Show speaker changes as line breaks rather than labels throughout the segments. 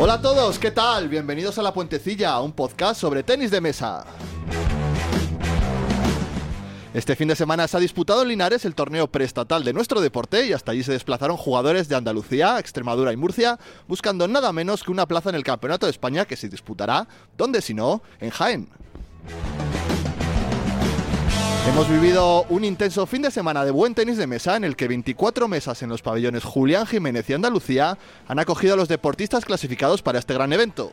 Hola a todos, ¿qué tal? Bienvenidos a La Puentecilla, un podcast sobre tenis de mesa. Este fin de semana se ha disputado en Linares el torneo preestatal de nuestro deporte y hasta allí se desplazaron jugadores de Andalucía, Extremadura y Murcia, buscando nada menos que una plaza en el Campeonato de España que se disputará, donde si no, en Jaén. Hemos vivido un intenso fin de semana de buen tenis de mesa en el que 24 mesas en los pabellones Julián Jiménez y Andalucía han acogido a los deportistas clasificados para este gran evento.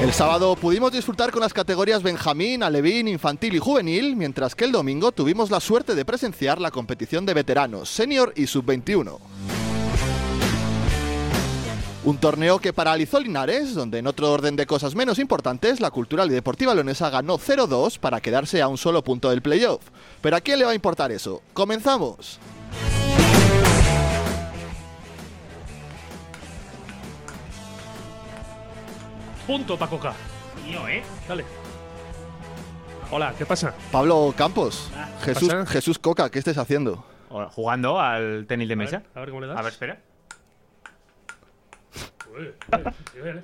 El sábado pudimos disfrutar con las categorías Benjamín, Alevín, Infantil y Juvenil, mientras que el domingo tuvimos la suerte de presenciar la competición de veteranos, senior y sub-21. Un torneo que paralizó Linares, donde en otro orden de cosas menos importantes, la Cultural y Deportiva Leonesa ganó 0-2 para quedarse a un solo punto del playoff. Pero ¿a quién le va a importar eso? ¡Comenzamos!
Punto, Paco K.
Mío, ¿eh?
Dale. Hola, ¿qué pasa?
Pablo Campos, Jesús,
pasa?
Jesús Coca, ¿qué estés haciendo?
O- jugando al tenis de
A ver,
mesa.
a ver cómo le das.
A ver, espera.
Uy, uy, uy, uy.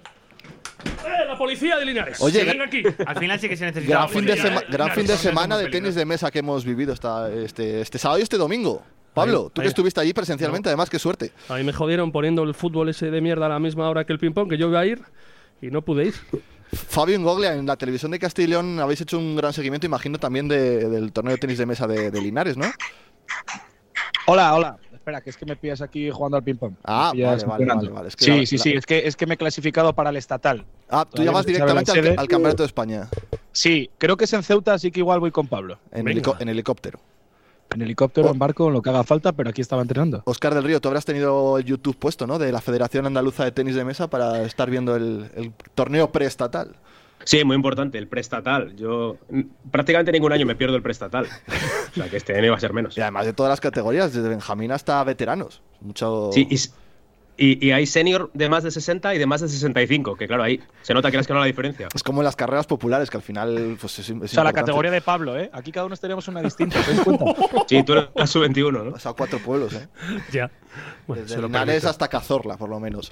¡Eh, la policía de Linares!
Oye,
¡Que venga aquí!
Al final sí que se necesita.
Gran
la
fin de,
policía.
sema-
Linares,
gran fin de
Linares,
semana de tenis de mesa que hemos vivido esta- este, este sábado y este domingo. Pablo,
Ahí,
tú
ahí.
que estuviste allí presencialmente, además, qué suerte.
A mí me jodieron poniendo el fútbol ese de mierda a la misma hora que el ping-pong, que yo iba a ir y no pude ir.
Fabio Ingoglia, en la televisión de Castilla y León habéis hecho un gran seguimiento, imagino, también de- del torneo de tenis de mesa de, de Linares, ¿no?
Hola, hola. Espera, que es que me pillas aquí jugando al ping-pong.
Ah,
Me pillas
vale, vale,
jugando.
vale, vale. Es que
sí,
la-
sí,
la-
sí. Es que, es que me he clasificado para el estatal.
Ah, tú ya
Todavía
vas
no se sabe la
directamente al,
sede.
al Campeonato de España,
Sí, creo que es en Ceuta, así que igual voy con Pablo.
en,
Venga.
helico- en helicóptero.
En
Oh.
helicóptero, en barco, en lo que haga falta, pero aquí estaba entrenando.
Oscar del Río, tú habrás tenido el YouTube puesto, ¿no? De la Federación Andaluza de Tenis de Mesa para estar viendo el, el torneo preestatal.
Sí, muy importante, el preestatal. Yo mm, prácticamente ningún año me pierdo el preestatal. O sea, que este año va a ser menos.
Y además de todas las categorías, desde Benjamín hasta veteranos. Mucho.
Sí, y, s- y- y hay senior de más de 60 y de más de 65, que claro, ahí se nota que no la diferencia.
Es como en las carreras populares, que al final pues, es, es
O sea, la
importante.
categoría de Pablo, ¿eh? Aquí cada uno tenemos una distinta. ¿te das cuenta?
Sí, tú eres la sub-21,
He
¿no?
pasado cuatro pueblos, ¿eh?
Ya. Bueno,
Desde
se lo
Linares
permito.
hasta Cazorla, por lo menos.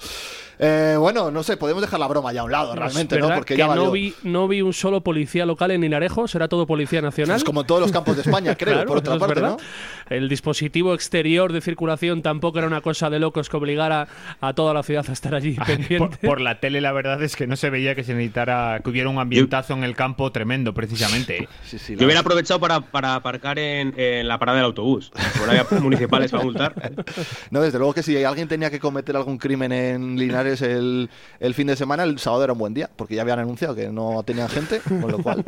Eh, bueno, no sé, podemos dejar la broma ya a un lado, realmente, ¿no?
¿Verdad
Porque
que
ya
no
valió.
vi, no vi un solo policía local en Linarejo, era todo policía nacional.
Es como en todos los campos de España, creo,
Claro,
por otra
eso es
parte, ¿no?
verdad. El dispositivo exterior de circulación tampoco era una cosa de locos que obligara a toda la ciudad a estar allí pendiente.
Por, por la tele, la verdad es que no se veía que se necesitara que hubiera un ambientazo en el campo tremendo, precisamente. ¿eh?
Sí, sí,
Yo
la-
hubiera aprovechado para, para aparcar en, en la parada del autobús. Por ahí municipales para multar.
No, desde luego que si alguien tenía que cometer algún crimen en Linares el, el fin de semana, el sábado era un buen día, porque ya habían anunciado que no tenían gente, con lo cual.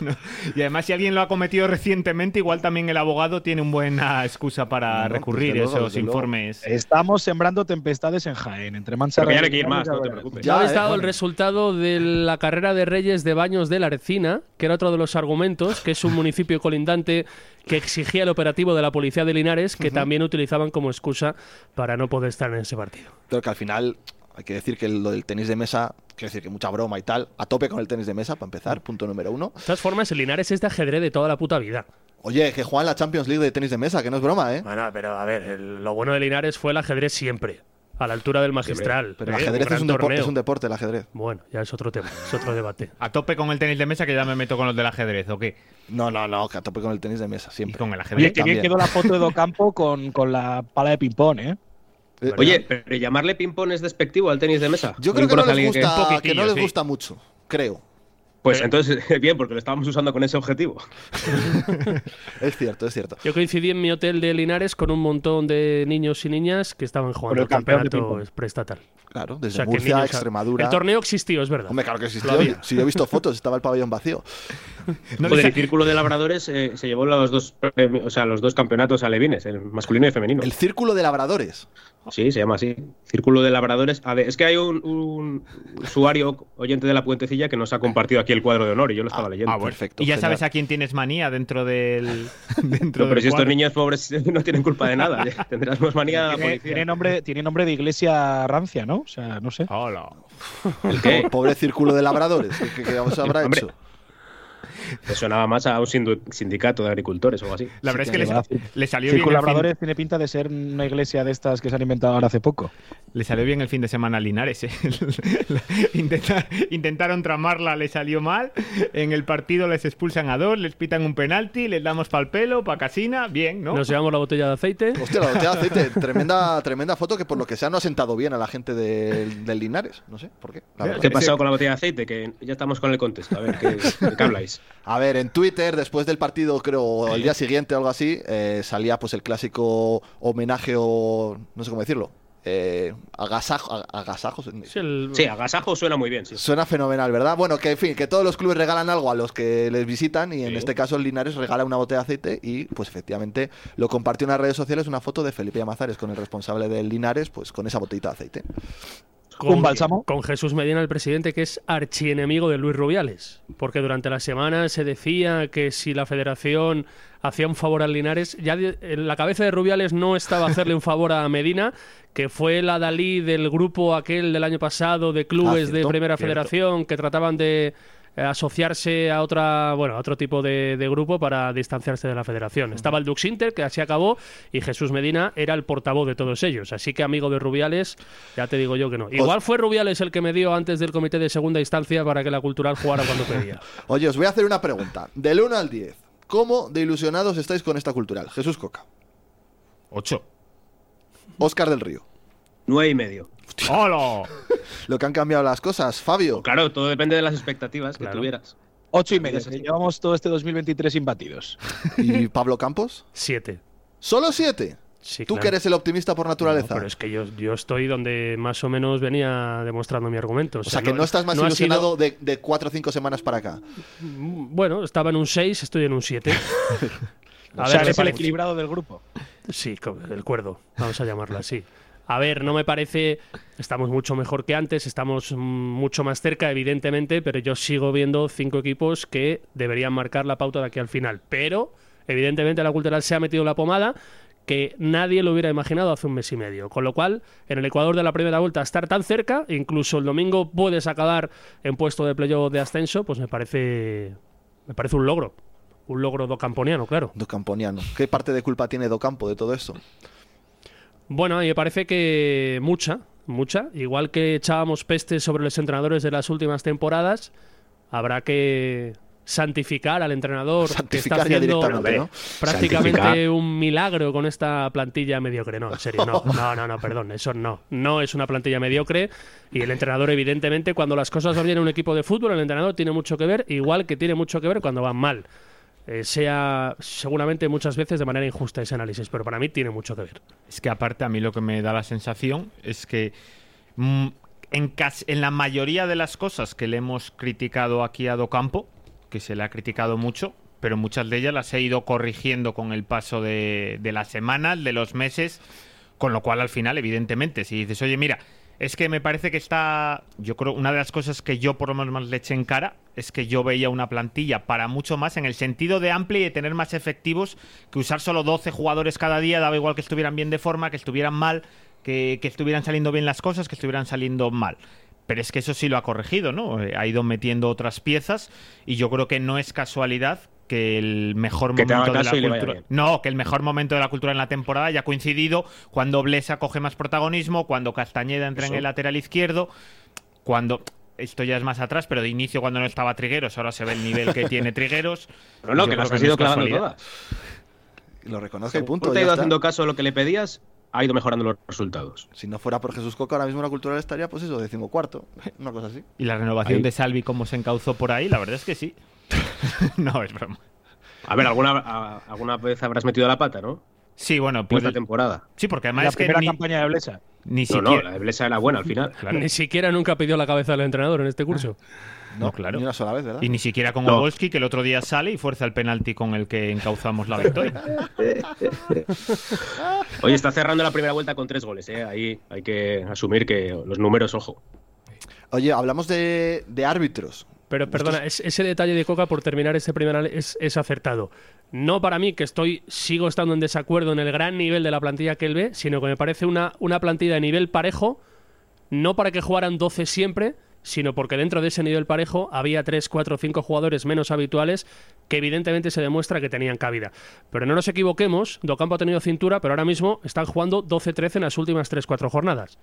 No. Y además, si alguien lo ha cometido recientemente, igual también el abogado tiene una buena excusa para
No,
recurrir
desde luego,
esos
desde luego.
informes.
Estamos sembrando tempestades en Jaén,
Pero que
entre Manzarra
ya no hay que ir más, no te preocupes.
Ya,
ha
eh,
estado el
bueno.
resultado de la carrera de Reyes de Baños de la Arcina, que era otro de los argumentos, que es un municipio colindante que exigía el operativo de la policía de Linares, que también utilizaban como excusa para no poder estar en ese partido.
Pero que al final hay que decir que lo del tenis de mesa, quiero decir que mucha broma y tal, a tope con el tenis de mesa, para empezar, punto número uno.
De todas formas, el Linares es de ajedrez de toda la puta vida.
Oye, que juegan la Champions League de tenis de mesa, que no es broma, ¿eh?
Bueno, pero a ver, el- lo bueno de Linares fue el ajedrez siempre, a la altura del magistral.
Pero
¿eh?
el
Un
ajedrez
gran
es un, depor-
torneo.
es un deporte, el ajedrez.
Bueno, ya es otro tema, es otro debate.
A tope con el tenis de mesa, que ya me meto con los del ajedrez, ¿o qué?
No, no, no, que a tope con el tenis de mesa,
Y
siempre.
con el ajedrez.
Oye, que bien
También.
quedó la foto de Docampo con, con la pala de ping-pong, ¿eh?
Eh,
Oye, pero llamarle ping-pong es despectivo al tenis de mesa.
yo
¿No
creo que no
conoce a
les
alguien
gusta, que
poquitillo,
no les
sí.
gusta mucho, creo.
Pues entonces, bien, porque lo estábamos usando con ese objetivo.
Es cierto, es cierto.
Yo coincidí en mi hotel de Linares con un montón de niños y niñas que estaban jugando
el
el
campeón de
campeonato
ping-pong.
preestatal.
Claro,
O
desde
sea, que
Murcia,
niños-
Extremadura.
El torneo existió, es verdad.
Hombre, claro que existió.
Lo había.
Si yo he visto fotos, estaba el pabellón vacío.
No
Joder,
les-
el círculo de labradores eh, se llevó los dos, eh, o sea, los dos campeonatos alevines, el masculino y femenino.
El círculo de labradores.
Sí, se llama así. Círculo de labradores. AD. Es que hay un, un usuario oyente de la puentecilla que nos ha compartido aquí el cuadro de honor y yo lo estaba leyendo.
Ah, perfecto.
y ya sabes
genial.
a quién tienes manía dentro del. dentro
No, pero
del
si estos
cuadro. Eh,
niños pobres no tienen culpa de nada, ya tendrás más manía a la
Tiene, tiene
policía.
nombre, tiene nombre de iglesia rancia, ¿no? O sea, no sé.
Hola.
¿El qué?
Po- Pobre círculo de labradores. ¿Qué, qué- qué os habrá
Hombre,
hecho?
Me sonaba más a un sindu- sindicato de agricultores o algo así.
La verdad es
Sí, tiene
que
gracia.
les- le salió, bien
Círculo
el fin,
Labradores tiene pinta de ser una iglesia de estas que se han inventado ahora hace poco.
le salió bien el fin de semana a Linares. ¿eh? Intenta- intentaron tramarla, le salió mal. En el partido les expulsan a dos, les pitan un penalti, les damos pa'l pelo, pa' casina. Bien, ¿no?
Nos llevamos la botella de aceite.
Hostia, la botella de aceite. Tremenda, tremenda foto que por lo que sea no ha sentado bien a la gente del, del Linares. No sé por qué. la verdad.
¿Qué ha pasado con la botella de aceite? Que ya estamos con el contexto. A ver, ¿qué, de qué habláis?
A ver, en Twitter, después del partido, creo, o el día siguiente o algo así, eh, salía pues el clásico homenaje o. no sé cómo decirlo. Eh, agasajo, a- agasajos.
Sí, el-
Sí, agasajo suena muy bien. Sí.
Suena fenomenal, ¿verdad? Bueno, que en fin, que todos los clubes regalan algo a los que les visitan y en
Sí.
este caso Linares regala una botella de aceite y pues efectivamente lo compartió en las redes sociales una foto de Felipe Amazares con el responsable del Linares, pues con esa botellita de aceite.
¿Un bálsamo?
Con Jesús Medina, el presidente, que es archienemigo de Luis Rubiales. Porque durante la semana se decía que si la federación hacía un favor al Linares, ya de- en la cabeza de Rubiales no estaba hacerle un favor a Medina, que fue la Dalí del grupo aquel del año pasado de clubes de
Ah, cierto,
Primera
cierto.
Federación que trataban de eh, asociarse a otra bueno a otro tipo de, de grupo para distanciarse de la federación estaba el Dux Inter que así acabó y Jesús Medina era el portavoz de todos ellos así que amigo de Rubiales ya te digo yo que no igual fue Rubiales el que me dio antes del comité de segunda instancia para que la cultural jugara cuando pedía
Oye, os voy a hacer una pregunta. Del 1 al 10, ¿cómo de ilusionados estáis con esta cultural? Jesús Coca,
Ocho.
Óscar del Río.
Nueve y medio.
¡Hola!
Lo que han cambiado las cosas,
Oh,
Fabio.
Claro, todo depende de las expectativas que
Claro.
tuvieras.
Ocho y medio. que Llevamos todo este 2023 imbatidos.
¿Y Pablo Campos?
siete
¿Solo 7?
sí,
Tú
claro.
que eres el optimista por naturaleza.
No, pero es que yo, yo estoy donde más o menos venía demostrando mi argumento.
o sea, que no, estás más
ha
ilusionado
sido-
de, de 4 o 5 semanas para acá.
bueno, estaba en un 6, estoy en un 7. A
o sea,
ver, me
eres el
parece-
equilibrado del grupo.
Sí, co- el cuerdo, vamos a llamarlo así. A ver, no me parece. Estamos mucho mejor que antes, estamos mm, mucho más cerca, evidentemente, pero yo sigo viendo cinco equipos que deberían marcar la pauta de aquí al final. Pero, evidentemente, la cultural se ha metido la pomada que nadie lo hubiera imaginado hace un mes y medio. Con lo cual, en el Ecuador de la primera vuelta, estar tan cerca, incluso el domingo puedes acabar en puesto de playoff de ascenso, pues me parece. Me parece un logro. Un logro docamponiano, claro.
Docamponiano. ¿Qué parte de culpa tiene Docampo de todo esto?
Bueno, y me parece que mucha, mucha. Igual que echábamos peste sobre los entrenadores de las últimas temporadas, habrá que santificar al entrenador que está
Santificar ya
haciendo
directamente, ¿no?
prácticamente
Santificar.
un milagro con esta plantilla mediocre. No, en serio, no, no, no, no, perdón, eso no. No es una plantilla mediocre y el entrenador, evidentemente, cuando las cosas van bien en un equipo de fútbol, el entrenador tiene mucho que ver, igual que tiene mucho que ver cuando van mal. Eh, sea seguramente muchas veces de manera injusta ese análisis, pero para mí tiene mucho que ver.
Es que aparte a mí lo que me da la sensación es que mm, en, cas- en la mayoría de las cosas que le hemos criticado aquí a Docampo, que se le ha criticado mucho, pero muchas de ellas las he ido corrigiendo con el paso de, de las semanas, de los meses, con lo cual al final, evidentemente, si dices, oye, mira, es que me parece que está, yo creo, una de las cosas que yo por lo menos más le eché en cara es que yo veía una plantilla para mucho más en el sentido de amplia y de tener más efectivos que usar solo 12 jugadores cada día, daba igual que estuvieran bien de forma, que estuvieran mal, que, que estuvieran saliendo bien las cosas, que estuvieran saliendo mal. Pero es que eso sí lo ha corregido, ¿no? Eh, Ha ido metiendo otras piezas y yo creo que no es casualidad que el mejor
Que te haga
momento de
caso y le
la
vaya
cultura
bien.
no que el mejor momento de la cultura en la temporada ya ha coincidido cuando Blesa coge más protagonismo cuando Castañeda entra en el lateral izquierdo cuando esto ya es más atrás pero de inicio cuando no estaba Trigueros ahora se ve el nivel que tiene Trigueros
Pero no,
Yo
que
creo
las
que
has
no es
ido clavando
casualidad.
todas.
Lo reconozco y
Según
punto.
te ha
ya
ido
está.
haciendo caso a lo que le pedías, ha ido mejorando los resultados.
Si no fuera por Jesús Coca, ahora mismo la cultura estaría, pues eso, decimocuarto. Una cosa así.
y la renovación
Ahí.
de Salvi cómo se encauzó por ahí la verdad es que sí no es broma
A ver, alguna, ah, a- alguna vez habrás metido la pata, ¿no?
sí bueno
En
pues
esta temporada.
sí porque además
la
es que
primera
ni,
campaña de Blesa.
ni
No,
siquiera
no, la de Blesa era buena al final.
Claro.
Ni siquiera nunca pidió la cabeza del entrenador en este curso.
No, claro.
Ni una sola vez, ¿verdad?
Y ni siquiera con
No.
Obolski, que el otro día sale y fuerza el penalti con el que encauzamos la victoria.
Oye, está cerrando la primera vuelta con tres goles, ¿eh? Ahí hay que asumir que los números, ojo.
Oye, hablamos de, de árbitros.
Pero perdona, es- ese detalle de Coca por terminar este primer anal- es, es acertado. No para mí, que estoy, sigo estando en desacuerdo en el gran nivel de la plantilla que él ve, sino que me parece una, una plantilla de nivel parejo, no para que jugaran 12 siempre, sino porque dentro de ese nivel parejo había 3, 4, 5 jugadores menos habituales que evidentemente se demuestra que tenían cabida. Pero no nos equivoquemos, Docampo ha tenido cintura, pero ahora mismo están jugando 12-13 en las últimas 3, 4 jornadas.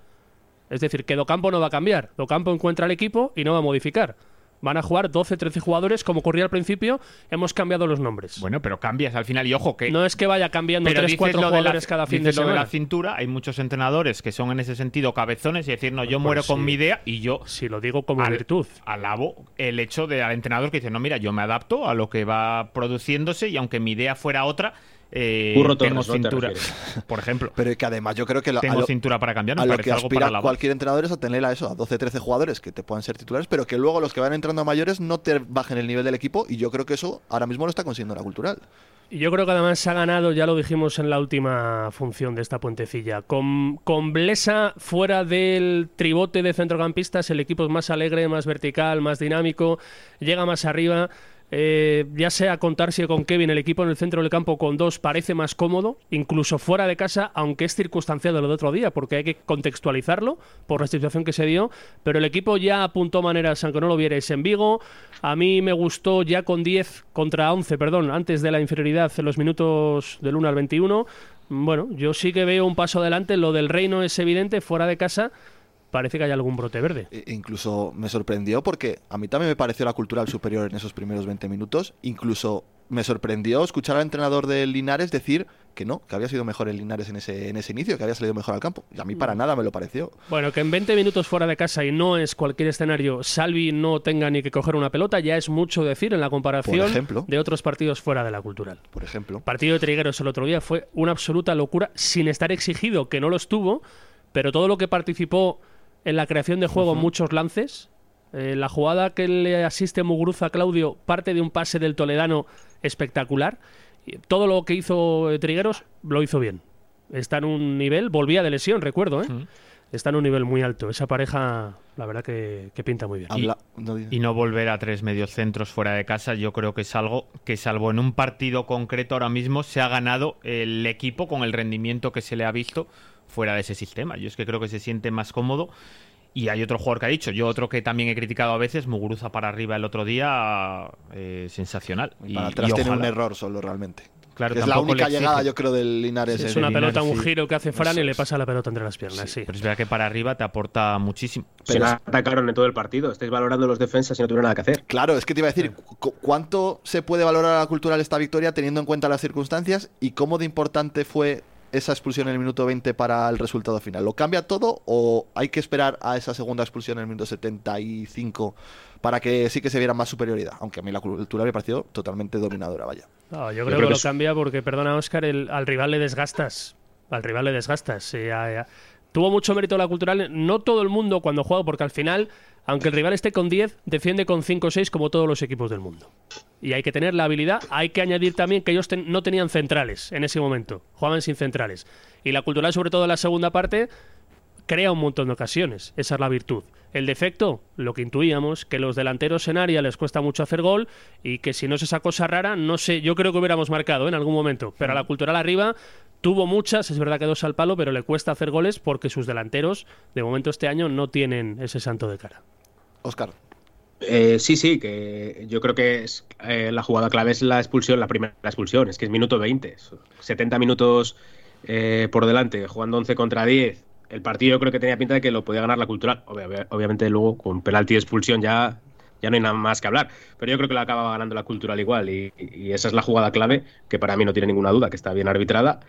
Es decir, que Docampo no va a cambiar. Docampo encuentra el equipo y no va a modificar. Van a jugar 12, 13 jugadores, como ocurría al principio, hemos cambiado los nombres.
Bueno, pero cambias al final y ojo que...
no es que vaya cambiando
pero
3,
dices
4
lo de la-
jugadores cada fin de
dices lo de
semana.
la cintura, hay muchos entrenadores que son en ese sentido cabezones y decir, no, yo
Pues
muero con
sí.
mi idea y yo
Si lo digo como
Al-
virtud.
alabo el hecho del entrenador que dice, no, mira, yo me adapto a lo que va produciéndose y aunque mi idea fuera otra, eh,
Burro Torres,
tengo
¿no te
cintura,
refieres?
por ejemplo.
Pero que además yo creo que la- a
Tengo
lo,
cintura para cambiar, me
a lo
parece
que
algo para
aspira
alabar.
cualquier entrenador es a tener a eso, a 12, 13 jugadores que te puedan ser titulares, pero que luego los que van entrando a mayores no te bajen el nivel del equipo y yo creo que eso ahora mismo lo está consiguiendo la cultural.
Y yo creo que además se ha ganado, ya lo dijimos en la última función de esta puentecilla. Con, con Blesa fuera del tribote de centrocampistas, el equipo es más alegre, más vertical, más dinámico, llega más arriba. Eh, ya sea contarse con Kevin, el equipo en el centro del campo con dos parece más cómodo, incluso fuera de casa, aunque es circunstancial de lo de otro día, porque hay que contextualizarlo por la situación que se dio. Pero el equipo ya apuntó maneras, aunque no lo vierais en Vigo. A mí me gustó ya con 10 contra 11, perdón, antes de la inferioridad en los minutos del 1 al 21. Bueno, yo sí que veo un paso adelante. Lo del reino es evidente, fuera de casa parece que hay algún brote verde.
E- incluso me sorprendió porque a mí también me pareció la cultural superior en esos primeros 20 minutos. Incluso me sorprendió escuchar al entrenador de Linares decir que no, que había sido mejor el Linares en ese, en ese inicio, que había salido mejor al campo. Y a mí
Mm.
para nada me lo pareció.
Bueno, que en 20 minutos fuera de casa y no es cualquier escenario, Salvi no tenga ni que coger una pelota, ya es mucho decir en la comparación
Por ejemplo.
de otros partidos fuera de la cultural.
Por ejemplo,
partido de Trigueros el otro día fue una absoluta locura sin estar exigido, que no lo estuvo, pero todo lo que participó en la creación de juego, muchos lances. eh, la jugada que le asiste Muguruza a Claudio parte de un pase del Toledano espectacular. y Todo lo que hizo eh, Trigueros lo hizo bien. Está en un nivel, volvía de lesión, recuerdo, ¿eh? Está en un nivel muy alto. Esa pareja, la verdad que, que pinta muy bien.
habla. no dice-
Y no volver a tres mediocentros fuera de casa, yo creo que es algo que, salvo en un partido concreto ahora mismo, se ha ganado el equipo con el rendimiento que se le ha visto fuera de ese sistema. Yo es que creo que se siente más cómodo. Y hay otro jugador que ha dicho, yo otro que también he criticado a veces, Muguruza para arriba el otro día, eh, sensacional.
y para atrás
y
tiene un
ojalá.
error solo realmente.
Claro,
Que es la
tampoco le
única llegada,
exige.
yo creo, del Linares.
es
en-
una
de Linares,
pelota, un
sí.
giro que hace Fran y le pasa la pelota entre las piernas. Sí.
Pero es verdad que para arriba te aporta muchísimo.
Se
Pero-
la atacaron en todo el partido. Estáis valorando los defensas y no tuvieron nada que hacer.
Claro, es que te iba a decir, cu- ¿cuánto se puede valorar a la cultural esta victoria teniendo en cuenta las circunstancias y cómo de importante fue esa expulsión en el minuto 20 para el resultado final? ¿Lo cambia todo o hay que esperar a esa segunda expulsión en el minuto 75 para que sí que se viera más superioridad? Aunque a mí la cultural me pareció totalmente dominadora, vaya.
No, yo creo
creo
que,
que
lo
es-
cambia porque, perdona, Oscar, al rival le desgastas. Al rival le desgastas. Eh, a- a- tuvo mucho mérito la cultural. No todo el mundo cuando juega, porque al final, aunque el rival esté con 10, defiende con 5 o 6 como todos los equipos del mundo. Y hay que tener la habilidad. Hay que añadir también que ellos ten- no tenían centrales en ese momento. Jugaban sin centrales. Y la cultural, sobre todo en la segunda parte, crea un montón de ocasiones. Esa es la virtud. El defecto, lo que intuíamos, que los delanteros en área les cuesta mucho hacer gol y que si no es esa cosa rara, no sé, yo creo que hubiéramos marcado ¿eh? en algún momento. Pero a la cultural arriba tuvo muchas, es verdad que dos al palo, pero le cuesta hacer goles porque sus delanteros, de momento este año, no tienen ese santo de cara.
Oscar.
Eh, sí, sí, que yo creo que es, eh, la jugada clave es la expulsión, la primera expulsión, es que es minuto 20, son 70 minutos eh, por delante, jugando 11 contra 10. El partido yo creo que tenía pinta de que lo podía ganar la cultural. Obvia- Obviamente luego con penalti de expulsión ya, ya no hay nada más que hablar, pero yo creo que la acaba ganando la cultural igual y, y esa es la jugada clave que para mí no tiene ninguna duda, que está bien arbitrada.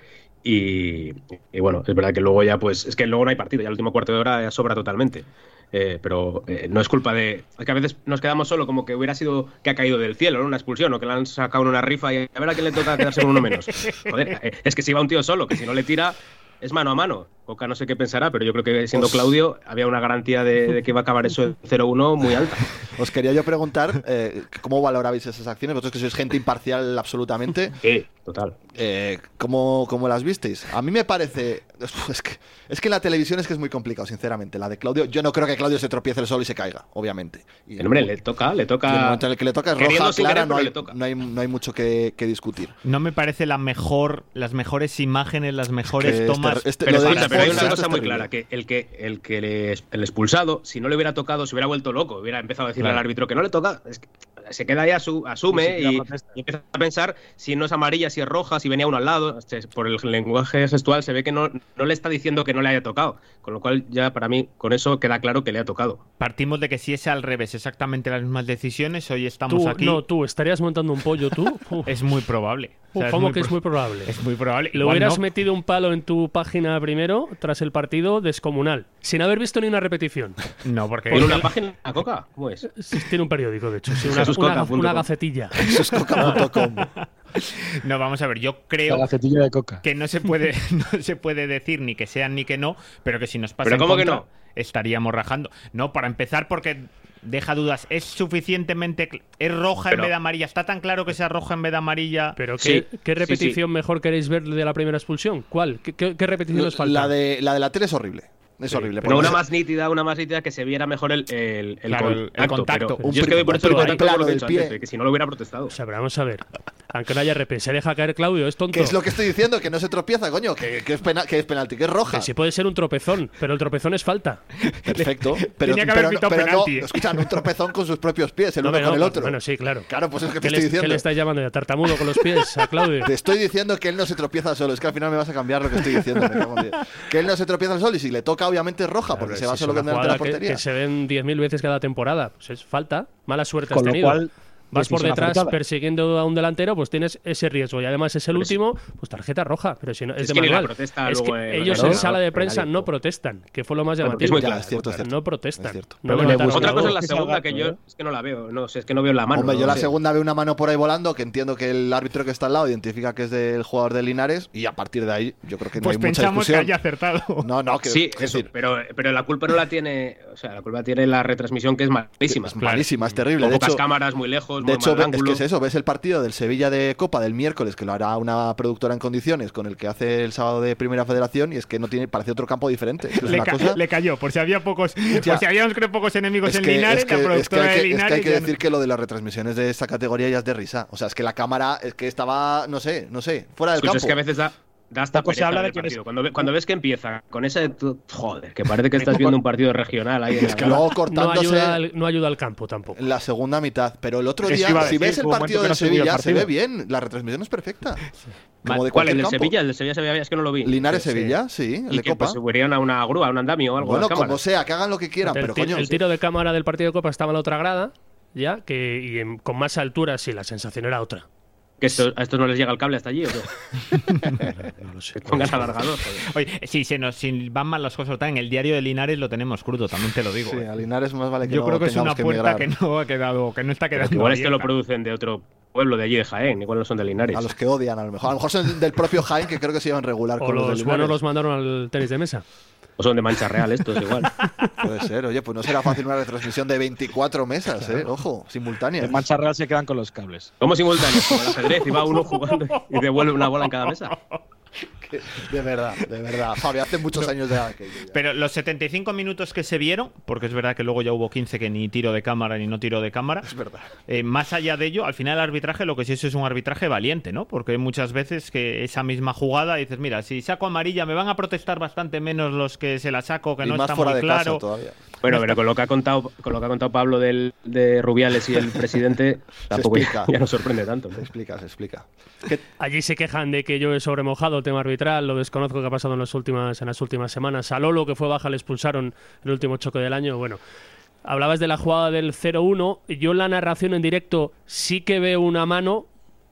Y, y bueno, es verdad que luego ya pues es que luego no hay partido, ya el último cuarto de hora ya sobra totalmente. Eh, pero eh, no es culpa de. Es que a veces nos quedamos solo como que hubiera sido que ha caído del cielo, ¿no? Una expulsión o que le han sacado en una rifa y a ver a quién le toca quedarse con uno menos. Joder, eh, es que si va un tío solo, que si no le tira, es mano a mano. Coca no sé qué pensará, pero yo creo que siendo
Pues-
Claudio había una garantía de, de que iba a acabar eso en 0-1 muy alta.
Os quería yo preguntar eh, cómo valorabais esas acciones, vosotros que sois gente imparcial absolutamente.
Sí, total.
Eh, ¿cómo, cómo las visteis? A mí me parece. Es que, es que en la televisión es que es muy complicado, sinceramente. La de Claudio. Yo no creo que Claudio se tropiece el sol y se caiga, obviamente. Y
El hombre le toca, le
y en el
toca.
momento en el que le toca es
Queriendo
roja,
sin querer,
clara, no
pero
hay,
le toca.
no hay- no hay mucho que, que discutir.
No me parece la mejor, las mejores imágenes, las mejores
Que este-
tomas.
este-
Pero,
lo de
escucha, pero hay
Alfonso,
una cosa
esto es
muy
terrible.
clara, que el que, el que le- el expulsado, si no le hubiera tocado, se hubiera vuelto loco, hubiera empezado a decirle
Claro.
al árbitro que no le toca, es que se queda ahí, asu- asume
Ni siquiera
y,
protesta.
y empieza a pensar si no es amarilla, si es roja, si venía uno al lado, Se- por el lenguaje gestual se ve que no, no le está diciendo que no le haya tocado, con lo cual ya para mí con eso queda claro que le ha tocado.
Partimos de que si es al revés, exactamente las mismas decisiones, hoy estamos
Tú,
aquí.
no, tú, ¿estarías montando un pollo tú? Uf,
Es muy probable. O sea,
¿Cómo que es
pro-
muy probable?
Es muy probable.
Le
Igual
hubieras
no.
metido un palo en tu página primero, tras el partido, descomunal, sin haber visto ni una repetición.
No, porque.
¿Tiene una página Coca? ¿Cómo es?
Sí, Tiene un periódico, de hecho, sí, una,
Jesús
una-
Coca punto
una
com.
gacetilla.
Suscoca.com.
No, vamos a ver, yo
La
creo
gacetilla de coca.
que no se puede, no se puede decir ni que sean ni que no, pero que si nos pasa
¿Pero
en
cómo que
contra,
no?
estaríamos rajando. No, para empezar, porque deja dudas, es suficientemente cl- es roja en
Pero-
vez de amarilla, está tan claro que sea roja en vez de amarilla.
Pero ¿qué,
Sí,
qué
sí,
repetición mejor queréis ver de la primera expulsión? ¿Cuál? ¿Qué, qué- qué repetición os falta?
La de, la de la tele es horrible. Es horrible.
Pero
porque
una
se-
más nítida, una más nítida que se viera mejor el, el, el
Claro, el- el
contacto.
contacto.
pero
Un
yo es que
pri-
voy por
un
eso del
primer
contacto por lo
plano
que he
del
dicho
pie.
antes, de que si no lo hubiera protestado.
O sea, pero vamos a ver. Aunque no haya RP, se deja caer Claudio, es tonto.
Que es lo que estoy diciendo, que no se tropieza, coño, que, que es, pena- que es penalti, que es roja.
Que sí puede ser un tropezón, pero el tropezón es falta.
Perfecto. Pero,
Tenía que haber
pero no-
pitado
pero no,
penalti.
escuchan, un tropezón con sus propios pies, el
No,
uno
pero
con el
no,
otro.
Bueno, sí, claro.
Claro, pues es lo que te
¿Qué le,
estoy diciendo.
qué le estáis llamando? ¿De tartamudo con los pies a Claudio?
Te estoy diciendo que él no se tropieza solo. Es que al final me vas a cambiar lo que estoy diciendo. me cago en Dios. que él no se tropieza solo y si le toca, obviamente es roja, porque
Claro,
se va
si es
solo
una
con delante de
jugada
la portería.
Que, que se ven 10.000 veces cada temporada. Pues es falta. Mala suerte has
Con lo
tenido.
cual,
Vas por
decisión
detrás
acertada.
persiguiendo a un delantero, pues tienes ese riesgo. Y además es el último, pues tarjeta roja. Pero si no, es,
Es
de
que ni la
manual.
protesta
Es
luego
que
el
ellos en
entrenador,
sala de
nadie
prensa no
actuó.
protestan, que fue lo más llamativo.
es muy
Ya,
claro,
es cierto, es cierto.
No protestan.
Es cierto.
No
Pero le
levantan
gusta.
Otra
la
cosa es
voz.
la
Es
segunda que yo
abierto,
Pues
es que no la veo, no sé, es que no veo la mano.
Hombre,
no
yo la
sé.
segunda veo una mano por ahí volando que entiendo que el árbitro que está al lado identifica que es del jugador de Linares y a partir de ahí yo creo que no
pues
hay mucha
pensamos que
discusión.
haya acertado.
No, no, que,
Sí,
es
eso,
decir,
pero, pero la culpa no la tiene, o sea, la culpa la tiene la retransmisión que es malísima.
es malísima, es terrible.
Con
de
pocas
hecho,
cámaras, muy lejos, muy
De hecho,
mal
ve- es
ángulo.
que es eso, ves el partido del Sevilla de Copa del miércoles, que lo hará una productora en condiciones, con el que hace el sábado de Primera Federación, y es que no tiene, parece otro campo diferente. Es
le,
una
ca-
cosa.
le cayó, por si había pocos,
Ya.
por si habíamos creo pocos enemigos
Es
en
que,
Linares,
es que-
la
es que hay
productora
que,
de
es que
Linares.
hay que
ya-
decir que lo de las retransmisiones de esta categoría ya es de risa. O sea, es que la cámara es que estaba, no sé, no sé, fuera del
Escucha, es
campo.
que a veces da, da hasta
Poco se
pereza
habla
ver
de
el
quién
partido.
es-
Cuando, ve- cuando ves que empieza con ese tu- joder, que parece que estás viendo un partido regional ahí en
Es
la
que luego
No
cortándose
ayuda, al, no ayuda al campo tampoco.
en la segunda mitad. Pero el otro
Eso
día,
iba a
si
decir,
ves el
hubo un
partido
momento que
del
no se vio el
Sevilla, se ve
partido.
bien. La retransmisión es perfecta. Como de
¿Cuál?
cualquier
¿El de
campo.
Sevilla? ¿El de Sevilla se veía? Es que no lo vi.
Linares
Sí.
Sevilla, sí, el
Y
de
que
Copa.
pues, subirían a una grúa, a un andamio o algo.
bueno,
las cámaras.
como sea, que hagan lo que quieran,
el,
pero
ti-
coño.
el tiro de cámara del partido de Copa estaba en la otra grada, ya, que y en- con más altura sí, la sensación era otra.
¿Que esto, ¿A esto no les llega el cable hasta allí o qué?
No lo sé.
Que pongan alargador. joder.
Oye, si, se nos, si van mal las cosas, en el diario de Linares lo tenemos crudo, también te lo digo.
Sí,
eh.
a Linares más vale que
Yo
no
creo que es
tengamos
una puerta
emigrar.
que no ha quedado, que no está quedando.
Igual es que lo
abierta.
producen de otro pueblo de allí de Jaén, igual no son de Linares.
A los que odian, a lo mejor. A lo mejor son del propio Jaén, que creo que se llevan regular
O
con los,
los
del Linares.
buenos los mandaron al tenis de mesa.
O son de mancha real estos, igual.
Puede ser, oye, pues no será fácil una retransmisión de 24 mesas, ¿eh? Ojo, simultánea.
En Mancha Real se quedan con los cables.
Como simultáneos, como el ajedrez, y va uno jugando y devuelve una bola en cada mesa.
De verdad, de verdad. Fabi, hace muchos años de aquello. ya.
Pero los 75 minutos que se vieron, porque es verdad que luego ya hubo 15 que ni tiro de cámara ni no tiro de cámara,
Es verdad.
eh, más allá de ello, al final el arbitraje lo que sí es es un arbitraje valiente, ¿no? Porque hay muchas veces que esa misma jugada dices, mira, si saco amarilla me van a protestar bastante menos los que se la saco, que
y
no
más
está
fuera
muy
de
claro.
casa todavía.
Bueno, pero con lo que ha contado, con lo que ha contado Pablo del, de Rubiales y el presidente, tampoco
explica.
ya, ya nos sorprende tanto. ¿no?
Se explica, se explica.
Allí se quejan de que yo he sobremojado el tema arbitral, lo desconozco que ha pasado en las últimas, en las últimas semanas. A Lolo, que fue baja, le expulsaron el último choque del año. Bueno, hablabas de la jugada del 0-1. Yo en la narración en directo sí que veo una mano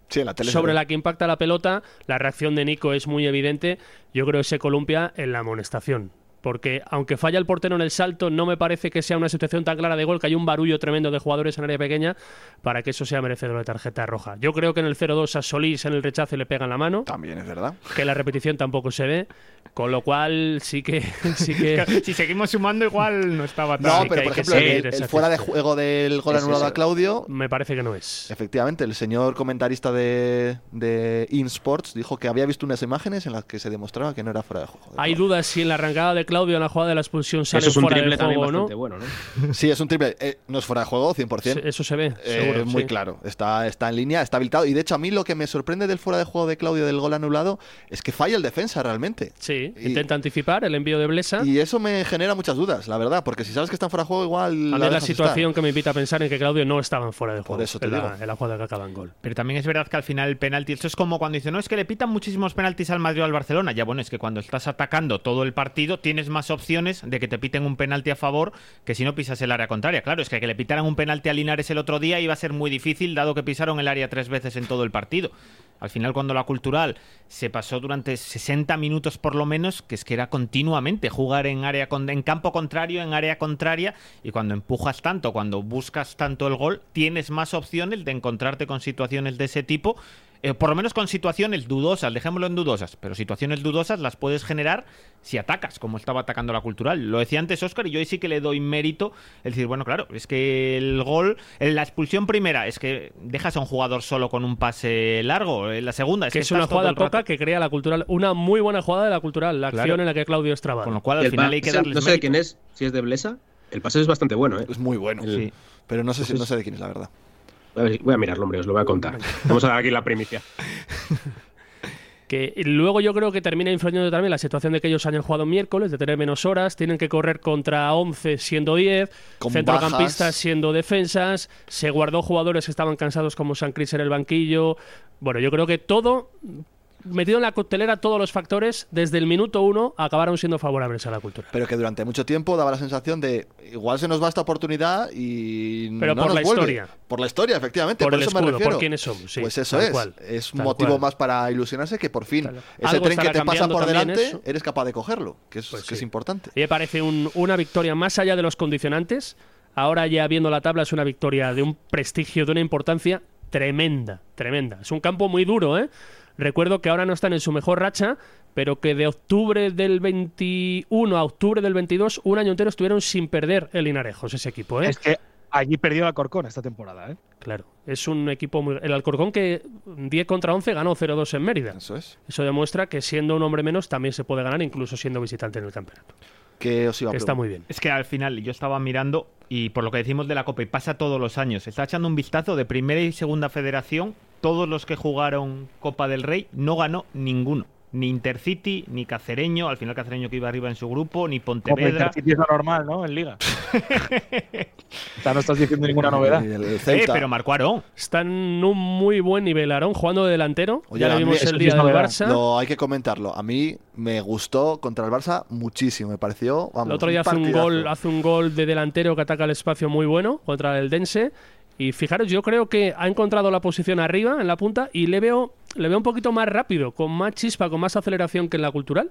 Sí, en la tele. se
sobre
ve.
la que impacta la pelota. La reacción de Nico es muy evidente. Yo creo que se columpia en la amonestación. Porque aunque falla el portero en el salto, no me parece que sea una situación tan clara de gol que hay un barullo tremendo de jugadores en área pequeña para que eso sea merecedor de tarjeta roja. Yo creo que en el 0-2 a Solís en el rechazo le pegan la mano,
También es verdad.
que la repetición tampoco se ve, con lo cual sí que... Sí que...
Si seguimos sumando igual no estaba tan...
No,
que
pero
hay
por
que
ejemplo, el,
seguir
el
esa
fuera de juego del gol
Sí, sí,
anulado a
sí.
Claudio,
Me parece que no es.
Efectivamente, el señor comentarista de, de InSports dijo que había visto unas imágenes en las que se demostraba que no era fuera de juego.
Hay dudas si en la arrancada de Claudio en la jugada de la expulsión sale
Eso es un
fuera
triple
del
también
juego o no.
bastante bueno, ¿no?
Sí, es un triple. Eh, no es fuera de juego, 100%.
Eso se ve,
Eh,
seguro.
es muy
sí.
claro, está, está en línea, está habilitado. Y de hecho, a mí lo que me sorprende del fuera de juego de Claudio del gol anulado es que falla el defensa realmente.
Sí,
Y-
intenta anticipar el envío de Blesa.
Y eso me genera muchas dudas, la verdad, porque si sabes que está en fuera de juego, igual.
A mí es la
dejas estar.
situación que me invita a pensar en que Claudio no estaban fuera de juego.
eso te
en, la,
digo.
en la jugada que acaba en gol.
Pero también es verdad que al final el penalti, esto es como cuando dicen, no, es que le pitan muchísimos penaltis al Madrid o al Barcelona. Ya bueno, es que cuando estás atacando todo el partido tienes más opciones de que te piten un penalti a favor que si no pisas el área contraria. Claro, es que que le pitaran un penalti a Linares el otro día iba a ser muy difícil dado que pisaron el área tres veces en todo el partido. Al final cuando la cultural se pasó durante 60 minutos por lo menos, que es que era continuamente jugar en área con- en campo contrario, en área contraria y cuando empujas tanto, cuando buscas tanto el gol, tienes más opciones de encontrarte con situaciones de ese tipo, eh, por lo menos con situaciones dudosas, dejémoslo en dudosas, pero situaciones dudosas las puedes generar si atacas, como estaba atacando la cultural. Lo decía antes Oscar y yo ahí sí que le doy mérito, el decir, bueno, claro, es que el gol, en la expulsión primera es que dejas a un jugador solo con un pase largo, en la segunda es
que
que,
es una
estás todo
jugada
el rato-
poca que crea la cultural, una muy buena jugada de la cultural, la
Claro.
acción en la que Claudio es trabado.
Con lo cual
Y
al
el
final
pa-
hay que
ese-
darles
no sé de
mérito.
quién es, si es de Blesa. El pase es bastante bueno, ¿eh?
Es muy bueno.
Sí.
Pero no sé, si, no sé de quién es la verdad.
A ver, voy a mirarlo, hombre, os lo voy a contar. Vamos a dar aquí la primicia.
Que luego yo creo que termina influyendo también la situación de que ellos hayan jugado miércoles, de tener menos horas, tienen que correr contra 11 siendo 10,
Con
centrocampistas
bajas.
siendo defensas, se guardó jugadores que estaban cansados como San Cris en el banquillo. Bueno, yo creo que todo, metido en la coctelera, todos los factores, desde el minuto uno, acabaron siendo favorables a la cultura.
Pero que durante mucho tiempo daba la sensación de igual se nos va esta oportunidad y
Pero
no nos
por la
vuelve.
historia.
Por la historia, efectivamente.
Por
Por,
el
eso me
escudo,
refiero.
por quiénes somos, sí,
pues eso
tal
es.
cual,
es un
tal
motivo
cual.
más para ilusionarse que por fin
Tal-
ese
algo
tren que
estará
te pasa
cambiando
por
también
delante
eso.
eres capaz de cogerlo, que, eso,
Pues
que es
sí.
importante.
Y me parece un- una victoria más allá de los condicionantes. Ahora ya viendo la tabla es una victoria de un prestigio, de una importancia tremenda, tremenda. Es un campo muy duro, ¿eh? Recuerdo que ahora no están en su mejor racha, pero que de octubre del 21 a octubre del 22, un año entero estuvieron sin perder el Linarejos, ese equipo, ¿eh?
Es que allí perdió la Corcón esta temporada, ¿eh?
Claro, es un equipo muy... El Alcorcón que 10 contra 11 ganó 0-2 en Mérida.
Eso es.
Eso demuestra que siendo un hombre menos también se puede ganar, incluso siendo visitante en el campeonato.
Que os iba a
Que está
preguntar?
muy bien.
Es que al final yo estaba mirando y por lo que decimos de la Copa y pasa todos los años, está echando un vistazo de primera y segunda federación, todos los que jugaron Copa del Rey no ganó ninguno. Ni Intercity, ni Cacereño, al final Cacereño que iba arriba en su grupo, ni
Como
Pontevedra.
Intercity es lo normal, ¿no? En Liga. o sea, no estás diciendo ninguna novedad.
Y el- el
Eh,
Celta.
pero marcó Aarón.
Está en un muy buen nivel, Aarón, jugando de delantero.
Oye,
ya lo
a mí
vimos
eso
el
sí
día
es
del
novedad.
Barça.
Lo hay que comentarlo. A mí me gustó contra el Barça muchísimo. Me pareció. Vamos,
el otro día hace un,
partidazo.
gol, hace un gol de delantero que ataca el espacio muy bueno contra el Dense. Y fijaros, yo creo que ha encontrado la posición arriba, en la punta, y le veo, le veo un poquito más rápido, con más chispa, con más aceleración que en la cultural.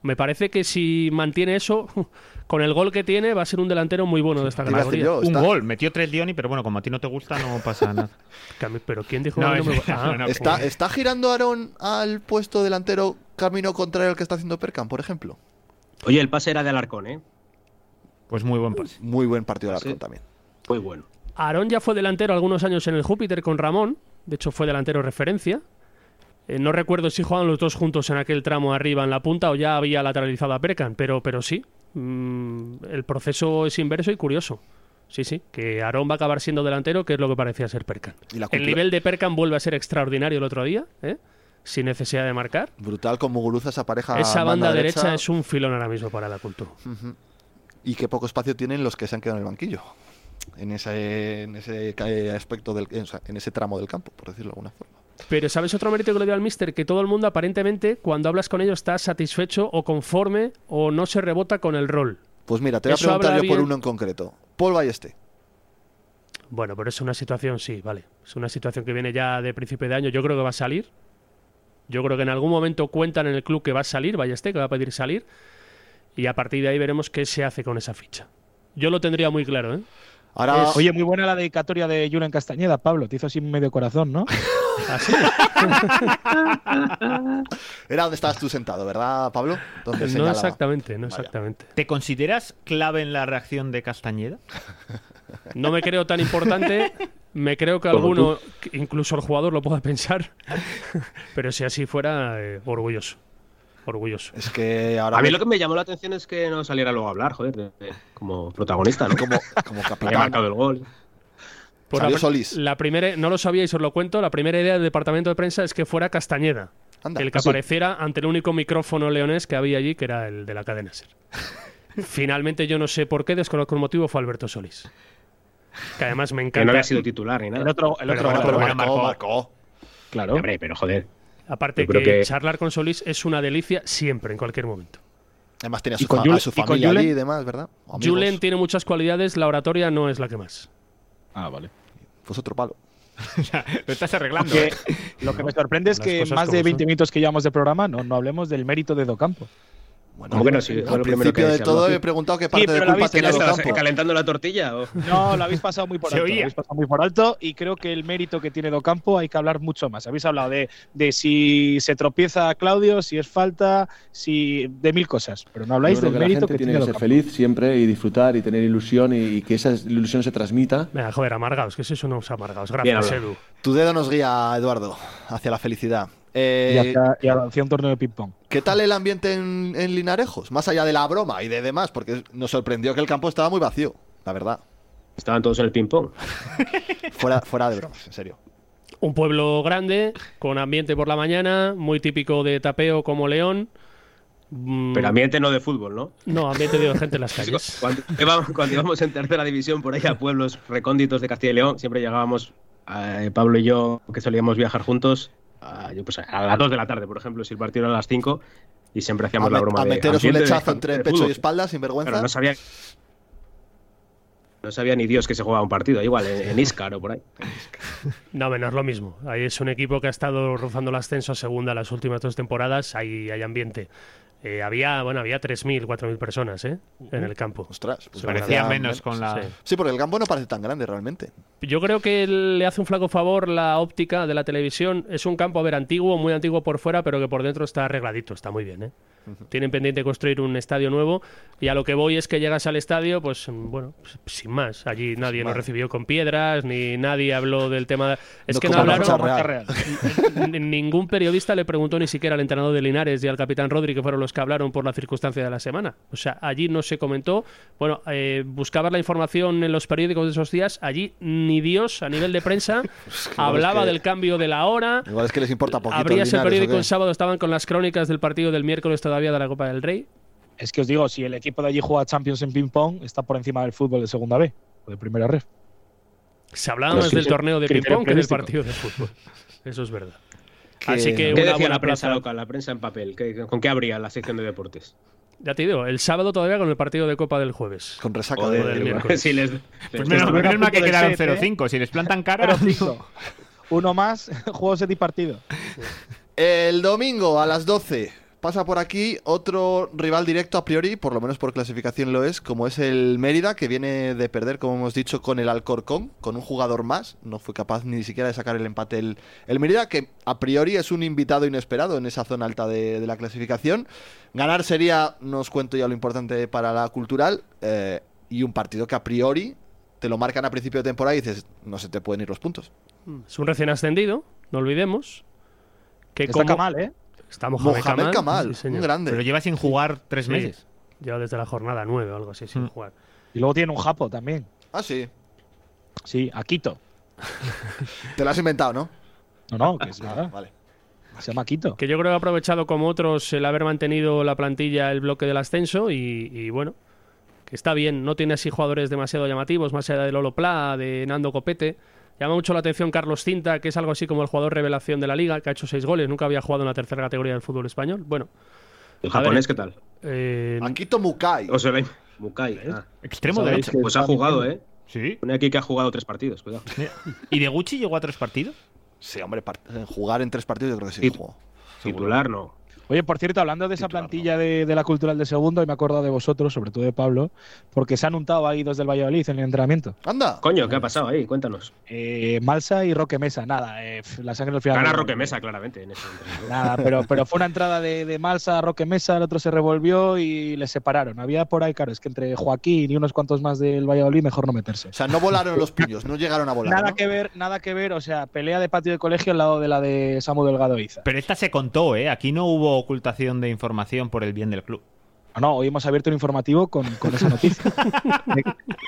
Me parece que si mantiene eso, con el gol que tiene, va a ser un delantero muy bueno de esta
Te iba a decir
categoría.
yo,
Un
está-
gol, metió tres Dioni, pero bueno, como a ti no te gusta, no pasa nada.
Que a mí- Pero ¿quién dijo
No,
que
es-
me- Ah,
no, no,
¿Está, ¿Está girando Aarón al puesto delantero camino contrario al que está haciendo Perkan, por ejemplo?
Oye, el pase era de Alarcón, ¿eh?
Pues muy buen pase.
Muy buen partido de Alarcón
Sí.
también.
Muy bueno.
Aarón ya fue delantero algunos años en el Júpiter con Ramón, de hecho fue delantero referencia. Eh, no recuerdo si jugaban los dos juntos en aquel tramo arriba en la punta o ya había lateralizado a Perkan, pero, pero sí. Mm, el proceso es inverso y curioso. Sí, sí, que Aarón va a acabar siendo delantero, que es lo que parecía ser Perkan.
Y la
El
cumple-
nivel de Perkan vuelve a ser extraordinario el otro día, ¿eh? sin necesidad de marcar.
Brutal con Muguruza esa pareja.
Esa banda, derecha, es un filón ahora mismo para la cultura.
Y qué poco espacio tienen los que se han quedado en el banquillo. En ese, en ese ca- eh, aspecto del, en, o sea, en ese tramo del campo, por decirlo de alguna forma.
Pero ¿sabes otro mérito que le dio al Mister? Que todo el mundo aparentemente cuando hablas con ellos está satisfecho o conforme o no se rebota con el rol.
Pues mira, te voy a
Eso
preguntar
habla
yo por
bien.
uno en concreto. Paul Ballesté.
Bueno, pero es una situación, sí, vale. Es una situación que viene ya de principio de año. Yo creo que va a salir. Yo creo que en algún momento cuentan en el club que va a salir, vaya este, que va a pedir salir. Y a partir de ahí veremos qué se hace con esa ficha. Yo lo tendría muy claro, ¿eh?
Ah.
Ahora,
Es- Oye, muy buena la dedicatoria de Julen Castañeda, Pablo. Te hizo así medio corazón, ¿no?
Así.
era donde estabas tú sentado, ¿verdad, Pablo? Donde
no
señalaba.
exactamente, no
Vaya.
exactamente.
¿Te consideras clave en la reacción de Castañeda?
No me creo tan importante. Me creo que alguno, que incluso el jugador, lo pueda pensar. Pero si así fuera, eh, orgulloso. Orgulloso.
Es que ahora.
A mí lo que me llamó la atención es que no saliera luego a hablar, joder, de- de- como protagonista, ¿no?
como, como
Que ha
capitán.
marcado el gol.
Por
Salió
Pues la,
Solís.
la primera, no lo sabíais, os lo cuento. La primera idea del departamento de prensa es que fuera Castañeda,
Anda, ah,
el que
sí.
apareciera ante el único micrófono leonés que había allí, que era el de la cadena Ser. Finalmente, yo no sé por qué, desconozco el motivo, fue Alberto Solís. Que además me
Que no
encanta.
había sido titular ni nada.
El otro, el
Pero
otro
bueno,
gol.
Pero
Bueno,
marcó,
marcó.
marcó.
Claro. Hombre, pero joder.
Aparte
Yo creo
que,
que-
charlar con Solís es una delicia siempre, en cualquier momento.
Además tenía
¿Y
su,
con
fa-
Julen-
a su
y con
familia
Julen?
allí y demás, ¿verdad? Amigos.
Julen tiene muchas cualidades, la oratoria no es la que más.
Ah, vale.
Pues otro palo.
Lo estás arreglando.
Que-
¿eh?
lo que me sorprende es
Las
que
cosas
más de
como
20
son.
minutos que llevamos de programa no, no hablemos del mérito de Docampo.
Bueno, eh,
¿Cómo que no? Sí, fue
al
lo primero que
principio de
se
todo
habló.
he preguntado qué parte
pero
de
la
culpa
¿Qué
viste,
tenía
le
Leonardo
estabas
Docampo.
eh, calentando la tortilla? o?
No, lo habéis pasado muy por
Se
alto.
oía.
Lo habéis pasado muy por alto y creo que el mérito que tiene Docampo hay que hablar mucho más. Habéis hablado de, de si se tropieza Claudio, si es falta, si de mil cosas, pero no habláis del mérito que tiene Docampo.
feliz siempre y disfrutar y tener ilusión y, que esa ilusión se
¿Ah?
transmita.
Venga, joder, amargaos, que sois unos amargados.
Bien
Gracias,
hablado.
Edu.
Tu dedo nos guía, Eduardo, hacia la felicidad. Eh,
Y hacía- y hacía un torneo de ping-pong.
¿Qué tal el ambiente en, en Linarejos? Más allá de la broma y de demás, porque nos sorprendió que el campo estaba muy vacío, la verdad.
Estaban todos en el ping-pong.
Fuera, fuera de bromas, en serio.
Un pueblo grande, con ambiente por la mañana, muy típico de tapeo como León. Mm,
Pero ambiente no de fútbol, ¿no?
No, ambiente de gente en las calles.
Cuando íbamos, cuando íbamos en tercera división por ahí a pueblos recónditos de Castilla y León, siempre llegábamos, eh, Pablo y yo, que solíamos viajar juntos, a, yo, pues, a las 2 de la tarde, por ejemplo, si el partido era a las 5, y siempre hacíamos
A,
la
met-
broma
a
de
meteros un
ambiente de-
lechazo entre
de
pecho y
fútbol.
espalda, sin vergüenza.
Claro, no sabía. No sabía ni Dios que se jugaba un partido, igual en, en Íscar o por ahí.
No, menos lo mismo. Ahí es un equipo que ha estado rozando el ascenso a segunda las últimas dos temporadas. Ahí hay ambiente. Eh, había, bueno, había 3.000, 4.000 personas ¿eh? en el campo.
Ostras, pues
Parecía
parecía-
menos con la.
Sí.
Sí, porque el campo no parece tan grande realmente.
Yo creo que le hace un flaco favor la óptica de la televisión. Es un campo, a ver, antiguo, muy antiguo por fuera, pero que por dentro está arregladito, está muy bien. ¿eh? Tienen pendiente construir un estadio nuevo y a lo que voy es que llegas al estadio, pues mm, bueno, pues, sin más. Allí nadie nos recibió con piedras, ni nadie habló del tema. Es
No
que no
como la
hablaron,
Real.
Ni- ningún periodista le preguntó ni siquiera al entrenador de Linares y al capitán Rodri, que fueron los que hablaron por la circunstancia de la semana. O sea, allí no se comentó. Bueno, eh, buscabas la información en los periódicos de esos días. Allí ni Dios, a nivel de prensa, hablaba
que-
del cambio de la hora.
Igual es que les importa poquito.
Abrías el
Linares, ¿o
periódico
qué?
el sábado, estaban con las crónicas del partido del miércoles todavía de la Copa del Rey.
Es que os digo, si el equipo de allí juega Champions en ping-pong, está por encima del fútbol de segunda B o de primera red.
Se hablaba
Pero
más
sí,
del
sí,
torneo de
criterio
ping-pong que del partido
periodístico.
de fútbol. Eso es verdad. Así
¿Qué
que una
decía
buena
la prensa
plaza.
local, la prensa en papel? ¿Qué- ¿Con qué abría la sección de deportes?
Ya te digo, el sábado todavía con el partido de Copa del jueves.
Con resaca
Joder,
del
bueno,
miércoles.
si les-
Pues
les-
menos,
Esto era
menos mal que
punto de
quedaron
set, ¿eh?
0-5. Si les plantan cara.
Pero cinco. Uno más, juego set y partido.
El domingo a las 12, Pasa por aquí otro rival directo a priori, por lo menos por clasificación lo es, como es el Mérida, que viene de perder, como hemos dicho, con el Alcorcón, con un jugador más. No fue capaz ni siquiera de sacar el empate el, el Mérida, que a priori es un invitado inesperado en esa zona alta de, de la clasificación. Ganar sería, no os cuento ya lo importante para la cultural, eh, y un partido que a priori te lo marcan a principio de temporada y dices, no se te pueden ir los puntos.
Es un recién ascendido, no olvidemos. Que
Está
como-
mal, ¿eh?
Está Mohamed,
Mohamed Kamal,
sí, señor.
un grande.
Pero lleva sin jugar tres
Sí.
meses.
Lleva desde la jornada 9 o algo así sin
Mm.
jugar.
Y luego tiene un japo también.
Ah, sí.
Sí, a Quito.
Te lo has inventado, ¿no?
No, no, que es
Ah,
verdad.
vale.
Se llama Quito.
Que yo creo que ha aprovechado como otros el haber mantenido la plantilla, el bloque del ascenso y, y bueno, que está bien. No tiene así jugadores demasiado llamativos, más allá de Lolo Pla, de Nando Copete. Llama mucho la atención Carlos Cinta, que es algo así como el jugador revelación de la liga, que ha hecho seis goles, nunca había jugado en la tercera categoría del fútbol español. Bueno,
¿El
A ver.
japonés qué tal?
eh,
Akito Mukai.
O sea, la- Mukai. ah.
Extremo
¿Sabéis
derecho.
que
Pues ha
está
jugado,
diciendo-
¿eh?
Sí.
Pone aquí que ha jugado tres partidos, cuidado.
¿Y de Gucci llegó a tres partidos?
Sí, hombre, part- jugar en tres partidos yo creo que sí.
Sí.
Juego.
Titular no.
Oye, por cierto, hablando de esa
Titular,
plantilla de, de la cultural de segundo, y me acuerdo de vosotros, sobre todo de Pablo, porque se han untado ahí dos del Valladolid en el entrenamiento.
Anda.
Coño, ¿qué ha pasado ahí? Cuéntanos.
Eh, Malsa y Roque Mesa, nada, eh, pf, la sangre al final.
Gana Roque Mesa, claramente. En ese momento.
Nada, pero, pero fue una entrada de, de Malsa a Roque Mesa, el otro se revolvió y le separaron. Había por ahí, claro, es que entre Joaquín y unos cuantos más del Valladolid, mejor no meterse.
O sea, no volaron los puños, no llegaron a volar.
Nada
¿no?
que ver, nada que ver, o sea, pelea de patio de colegio al lado de la de Samu Delgado Iza.
Pero esta se contó, ¿eh? Aquí no hubo ocultación de información por el bien del club.
Ah, No, no, hoy hemos abierto un informativo con, con esa noticia. de,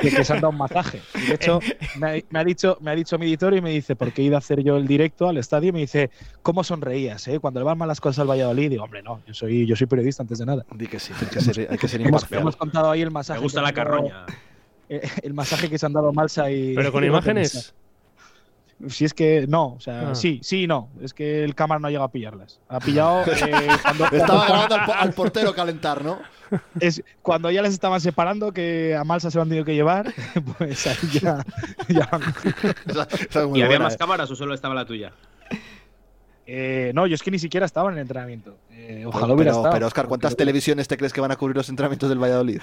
de que se han dado un masaje. Y de hecho, me ha, me ha dicho, me ha dicho mi editor y me dice, porque he ido a hacer yo el directo al estadio, y me dice, ¿cómo sonreías, eh? Cuando le van mal las cosas al Valladolid, digo, hombre, no, yo soy, yo soy periodista antes de nada.
Di que sí, hay que ser, hay que ser
Hemos,
imparcial.
hemos contado ahí el
Me
masaje.
gusta
que
la
se han dado-
carroña.
eh, el masaje que se han dado Malsa y.
pero con
y Roque
imágenes.
Mesa. Si es que no, o sea,
Ah.
sí, sí, y no. Es que el cámara no ha llegado a pillarlas. Ha pillado eh, cuando,
Estaba grabando al, po- al portero calentar, ¿no?
es cuando ya les estaban separando, que a Malsa se lo han tenido que llevar, pues ahí ya, ya van.
Esa- esa es muy
¿Y había
buena,
más
eh.
cámaras o solo estaba la tuya?
Eh, no, yo es que ni siquiera estaba en el entrenamiento. Eh, ojalá
Pero-
hubiera
pero,
estado.
pero, Oscar, ¿cuántas televisiones te crees que van a cubrir los entrenamientos del Valladolid?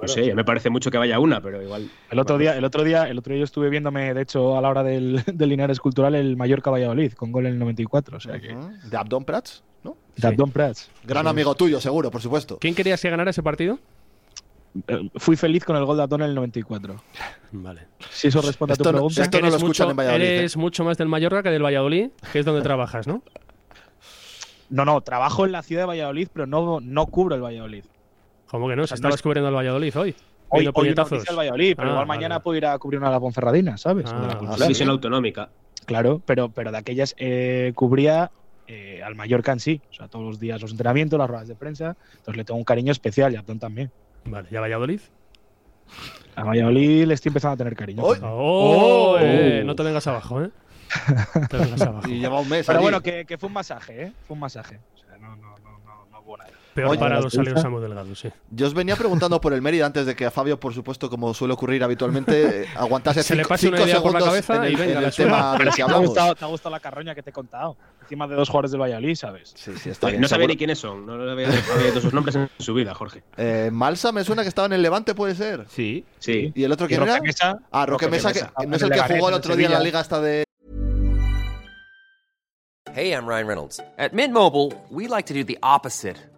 No sé, ya me parece mucho que vaya una, pero igual.
El otro día, el otro día, el otro día yo estuve viéndome, de hecho, a la hora del, del Linares Cultural, el mayor Valladolid, con gol en el 94. O sea que.
Ujú. De Abdón Prats, ¿no?
de Abdón Prats.
Gran amigo tuyo, seguro, por supuesto.
¿Quién querías que ganara ese partido?
Eh, Fui feliz con el gol de Abdón en el 94.
Vale.
Si eso responde a
Esto
tu
no-
pregunta.
esto- no lo escuchan
mucho,
en Valladolid, ¿eh?
eres mucho más del Mallorca que del Valladolid, que es donde trabajas, ¿no?
No, no, trabajo en la ciudad de Valladolid, pero no, no cubro el Valladolid.
¿Cómo que no? Si
sea, no
estabas
es-
cubriendo el Valladolid hoy.
Hoy,
viendo
hoy no
puñetazos.
el Valladolid, pero
Ah,
igual
vale.
mañana puedo ir a cubrir una de la Ponferradina, ¿sabes?
Ah,
O de la Cultural.
La división autonómica.
Claro, pero, pero de aquellas eh, cubría eh, al Mallorca en sí. O sea, todos los días los entrenamientos, las ruedas de prensa. Entonces le tengo un cariño especial y a Abdón también.
Vale, ¿ya Valladolid?
A Valladolid le estoy empezando a tener cariño.
Hoy-
¡Oh!
¡Oh!
eh, no te vengas abajo, ¿eh? No te vengas abajo.
Y lleva un mes.
Pero
allí.
bueno, que, que fue un masaje, ¿eh? Fue un masaje. O sea, no, no, no, no, no hubo nada.
Peor
Oye,
parado
¿la
salió
pizza?
Samu Delgado, sí.
Yo os venía preguntando por el Mérida antes de que a Fabio, por supuesto, como suele ocurrir habitualmente, eh, aguantase
Se le
cinco,
pase una
cinco
idea por la
segundos
cabeza
en el,
y venga,
en el
la suelta.
tema del que
¿Te ha,
hablamos.
gustado, te ha gustado la carroña que te he contado. Encima de dos jugadores del Valladolid, ¿sabes?
Sí, sí, está bien.
No sabía
seguro.
ni quiénes son. No había visto sus nombres en su vida, Jorge.
Eh, Malsa me suena que estaba en el Levante, puede ser.
Sí.
Sí.
¿Y el otro
Y
quién era?
Roque Mesa,
Ah, Roque,
Roque
Mesa,
Mesa.
que no es el que
Leganés,
jugó el
en
otro día en la
Sevilla.
liga esta de
Hey, I'm Ryan Reynolds. At Mint Mobile, we like to do the opposite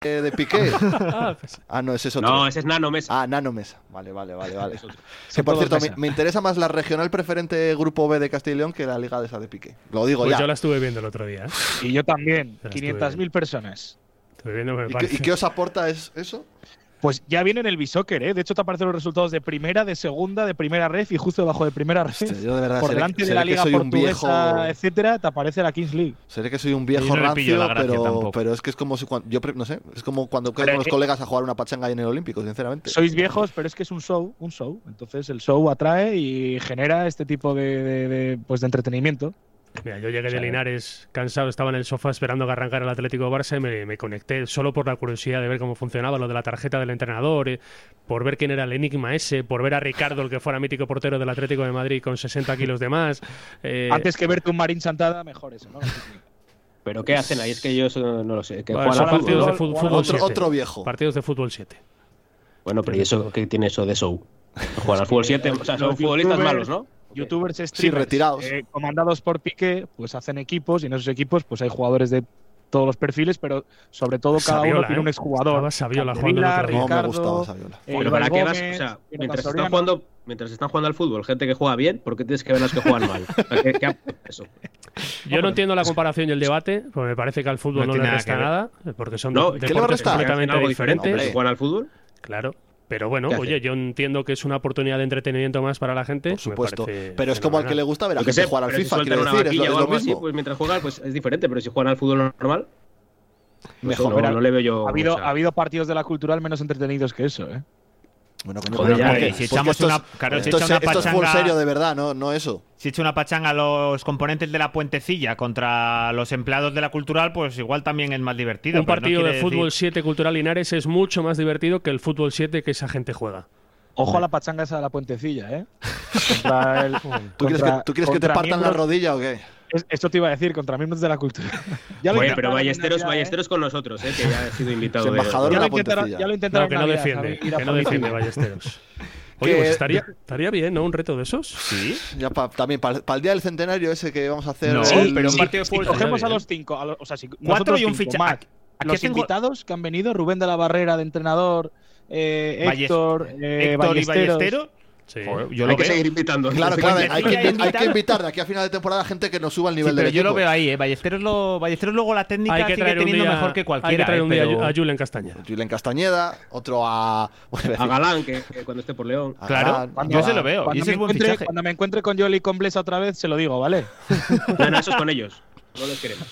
de, de Piqué?
Ah, pues,
Ah, no, ese es otro.
No, ese es Nano Mesa.
Ah, Nano Mesa. Vale, vale, vale, vale. Que
Son
por
todos
cierto, me,
mesa.
me interesa más la regional preferente Grupo B de Castilla y León que la liga de esa de Piqué. Lo digo
pues
ya.
yo la estuve viendo el otro día. ¿eh?
Ah, Y yo también,
Pero estuve
500.000 personas.
Estuve viendo, me
¿Y, qué,
parece.
y qué os aporta es- eso?
Pues ya viene en el bisóquer, ¿eh? De hecho, te aparecen los resultados de primera, de segunda, de primera red y justo debajo de primera red.
Hostia, yo de verdad
por
seré-
delante de
seré
la
que
liga
soy un
portuguesa,
viejo-
etcétera, te aparece la Kings League.
Seré que soy un viejo
Yo no le pillo
rancio,
la gracia
pero,
tampoco.
pero es que es como si cuando, yo pre- no sé, es como cuando caes con
Pero
los
eh,
es que-
colegas a jugar una pachanga en el Olímpico, sinceramente.
Sois viejos, pero es que es un show, un show. Entonces el show atrae y genera este tipo de, de- de, pues, de entretenimiento.
Mira, yo llegué de
Claro.
Linares cansado, estaba en el sofá esperando que arrancara el Atlético Barça y me, me conecté solo por la curiosidad de ver cómo funcionaba lo de la tarjeta del entrenador, eh, por ver quién era el enigma ese, por ver a Ricardo, el que fuera mítico portero del Atlético de Madrid con 60 kilos de más. eh,
Antes que verte un Marín Santada, mejor eso, ¿no?
¿Pero qué hacen ahí? Es que yo eso no, no lo sé. Que
bueno,
juegan al
son
fútbol.
partidos de fútbol, fútbol
otro,
7.
otro viejo.
Partidos de fútbol 7.
Bueno, pero ¿y eso qué tiene eso de show? Juegan al fútbol 7, o sea, son futbolistas malos, ¿no?
Youtubers streamers,
retirados.
eh, comandados por Piqué, pues hacen equipos y en esos equipos pues hay jugadores de todos los perfiles, pero sobre todo cada
Saviola,
uno tiene un
¿eh?
exjugador.
Estaba Saviola
Capdevila,
jugando
No me
el otro día.
Ricardo,
gustaba esa viola.
eh,
Pero
Ibai
¿para qué vas?
Gómez,
O sea,
Jonathan
mientras están,
Soriano.
jugando, mientras están jugando al fútbol, gente que juega bien, ¿por qué tienes que ver a los que juegan mal? O sea, ¿qué- qué aporta eso?
Yo no entiendo la comparación y el debate, porque me parece que al
No
fútbol no,
tiene
le
nada
resta
que ver.
nada, porque son
No,
de-
¿qué
le va a
deportes
restar?
completamente
Algo
diferentes.
diferente, ¿Juegan al fútbol?
Claro. Pero bueno,
¿Qué hace?
oye, yo entiendo que es una oportunidad de entretenimiento más para la gente.
Por
me
supuesto.
parece
Pero es como al que le
fenomenal.
gusta ver a
Yo qué
gente
sé,
jugar al
pero si
FIFA,
sueltan
quiero
una
decir, es lo,
vaquilla
es
o
lo
algo así,
mismo.
pues mientras juegan, pues es diferente, pero si juegan al fútbol normal, pues no sé,
Mejor.
no, no le veo yo.
Ha habido,
o sea,
ha habido partidos de la cultural menos entretenidos que eso, ¿eh?
Bueno, coño,
Joder,
pero
ya, y
porque-
si
porque
echamos
esto es-
una- claro, si
esto es-
echa una
Esto es fútbol
pachanga-
serio, de verdad, no, no eso.
Si he hecho una pachanga a los componentes de la puentecilla contra los empleados de la cultural, pues igual también es más divertido.
Un
pero no
partido
quiere
de
decir-
fútbol 7 Cultural Linares es mucho más divertido que el fútbol 7 que esa gente juega.
Ojo a la pachanga esa de la puentecilla, ¿eh? Contra el-
¿Tú quieres que,
contra-
tú quieres que te
contra
partan la
miembros-
rodilla o qué?
Es- Esto te iba a decir, contra miembros de la cultura. Ya lo
Oye,
intentaron
pero
en
Ballesteros,
Navidad, ¿eh?
Ballesteros con nosotros, eh, que ya ha sido invitado.
Es
de-
embajador
Ya
de
lo
la
intentaron,
puentecilla.
ya lo intentaron
No, que
en
no
Navidad,
defiende,
Javi, ir a
que no
por la
defiende
calle.
Ballesteros. Oye,
Que-
pues estaría, estaría bien, ¿no? Un reto de esos.
Sí.
Ya pa- también, para el día del centenario ese que vamos a hacer.
No,
el-
pero un
si-
partido de
si
fútbol
cogemos
sería
a
bien.
los cinco, a lo- o sea, si
Cuatro
nosotros
y un
cinco,
ficha-
más
¿a- a
los
qué tengo-
invitados que han venido, Rubén de la Barrera de entrenador, eh,
Ballest-
Héctor, eh,
Héctor y
Ballesteros.
Ballesteros.
Sí.
Joder, yo
Hay
lo
que
veo.
seguir invitando.
Claro,
Sí,
claro,
sí,
hay
sí.
Hay
que,
que
hay que
invitar-
invitar de aquí a final de temporada gente que nos suba el
Sí,
nivel
pero
del
yo lo
equipo.
veo ahí, ¿eh? Ballesteros, lo, Ballesteros luego la técnica
Hay que
sigue
traer un
teniendo
día,
mejor que cualquiera.
hay que traer
¿eh?
un día a
Pero-
Ju- a Julen Castaña.
Julen Castañeda, otro a. bueno,
A Galán, que, que cuando esté por León.
a
Claro,
Galán,
cuando-
a
yo se lo
Galán.
veo. Y
Cuando
ese
me,
es buen
encuentre,
fichaje.
cuando me encuentre con Yoli y con Blesa otra vez, se lo digo, ¿vale?
No, no, esos con ellos. No los queremos.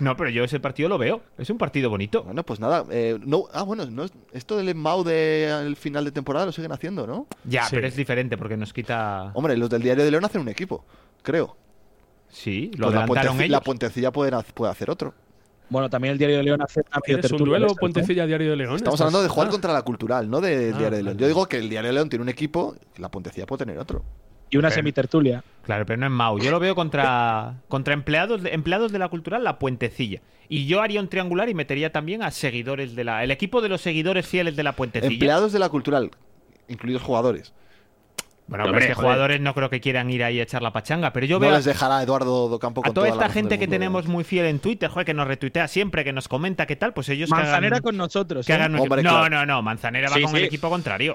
No, pero yo ese partido lo veo. Es un partido bonito.
Bueno, pues nada. eh, no, ah, bueno, no, es- esto del Mau del final de temporada lo siguen haciendo, ¿no?
Ya,
Sí.
pero es diferente porque nos quita.
Hombre, los del Diario de León hacen un equipo, creo.
Sí, lo
Pues la,
adelantaron
Puenteci-
ellos.
la Puentecilla puede, ha- puede hacer otro.
Bueno, también el Diario de León hace una
¿Quieres un
tertulia de
duelo,
estas, ¿no?
Puentecilla Diario de León?
Estamos
Estás-
hablando de jugar
Ah,
contra la cultural, no del
Ah,
Diario de León.
vale.
Yo digo que el Diario de León tiene un equipo, la Puentecilla puede tener otro.
Y una semitertulia.
Claro, pero no es Mau. Yo lo veo contra, contra empleados, de, empleados de la cultural, la puentecilla. Y yo haría un triangular y metería también a seguidores de la. El equipo de los seguidores fieles de la puentecilla.
Empleados de la cultural, incluidos jugadores.
Bueno,
No,
pero es
hombre,
que
joder.
jugadores no creo que quieran ir ahí a echar la pachanga. Pero yo
no
veo
les dejará Eduardo Docampo
a,
con
toda
la
esta
razón
gente
del
que
mundo.
tenemos muy fiel en Twitter, joder, que nos retuitea siempre, que nos comenta qué tal, pues ellos que
Manzanera
hagan-
con nosotros.
que
¿eh?
hagan un equipo.
Hombre,
no,
claro.
no, no, Manzanera va
Sí,
con el
sí.
equipo contrario.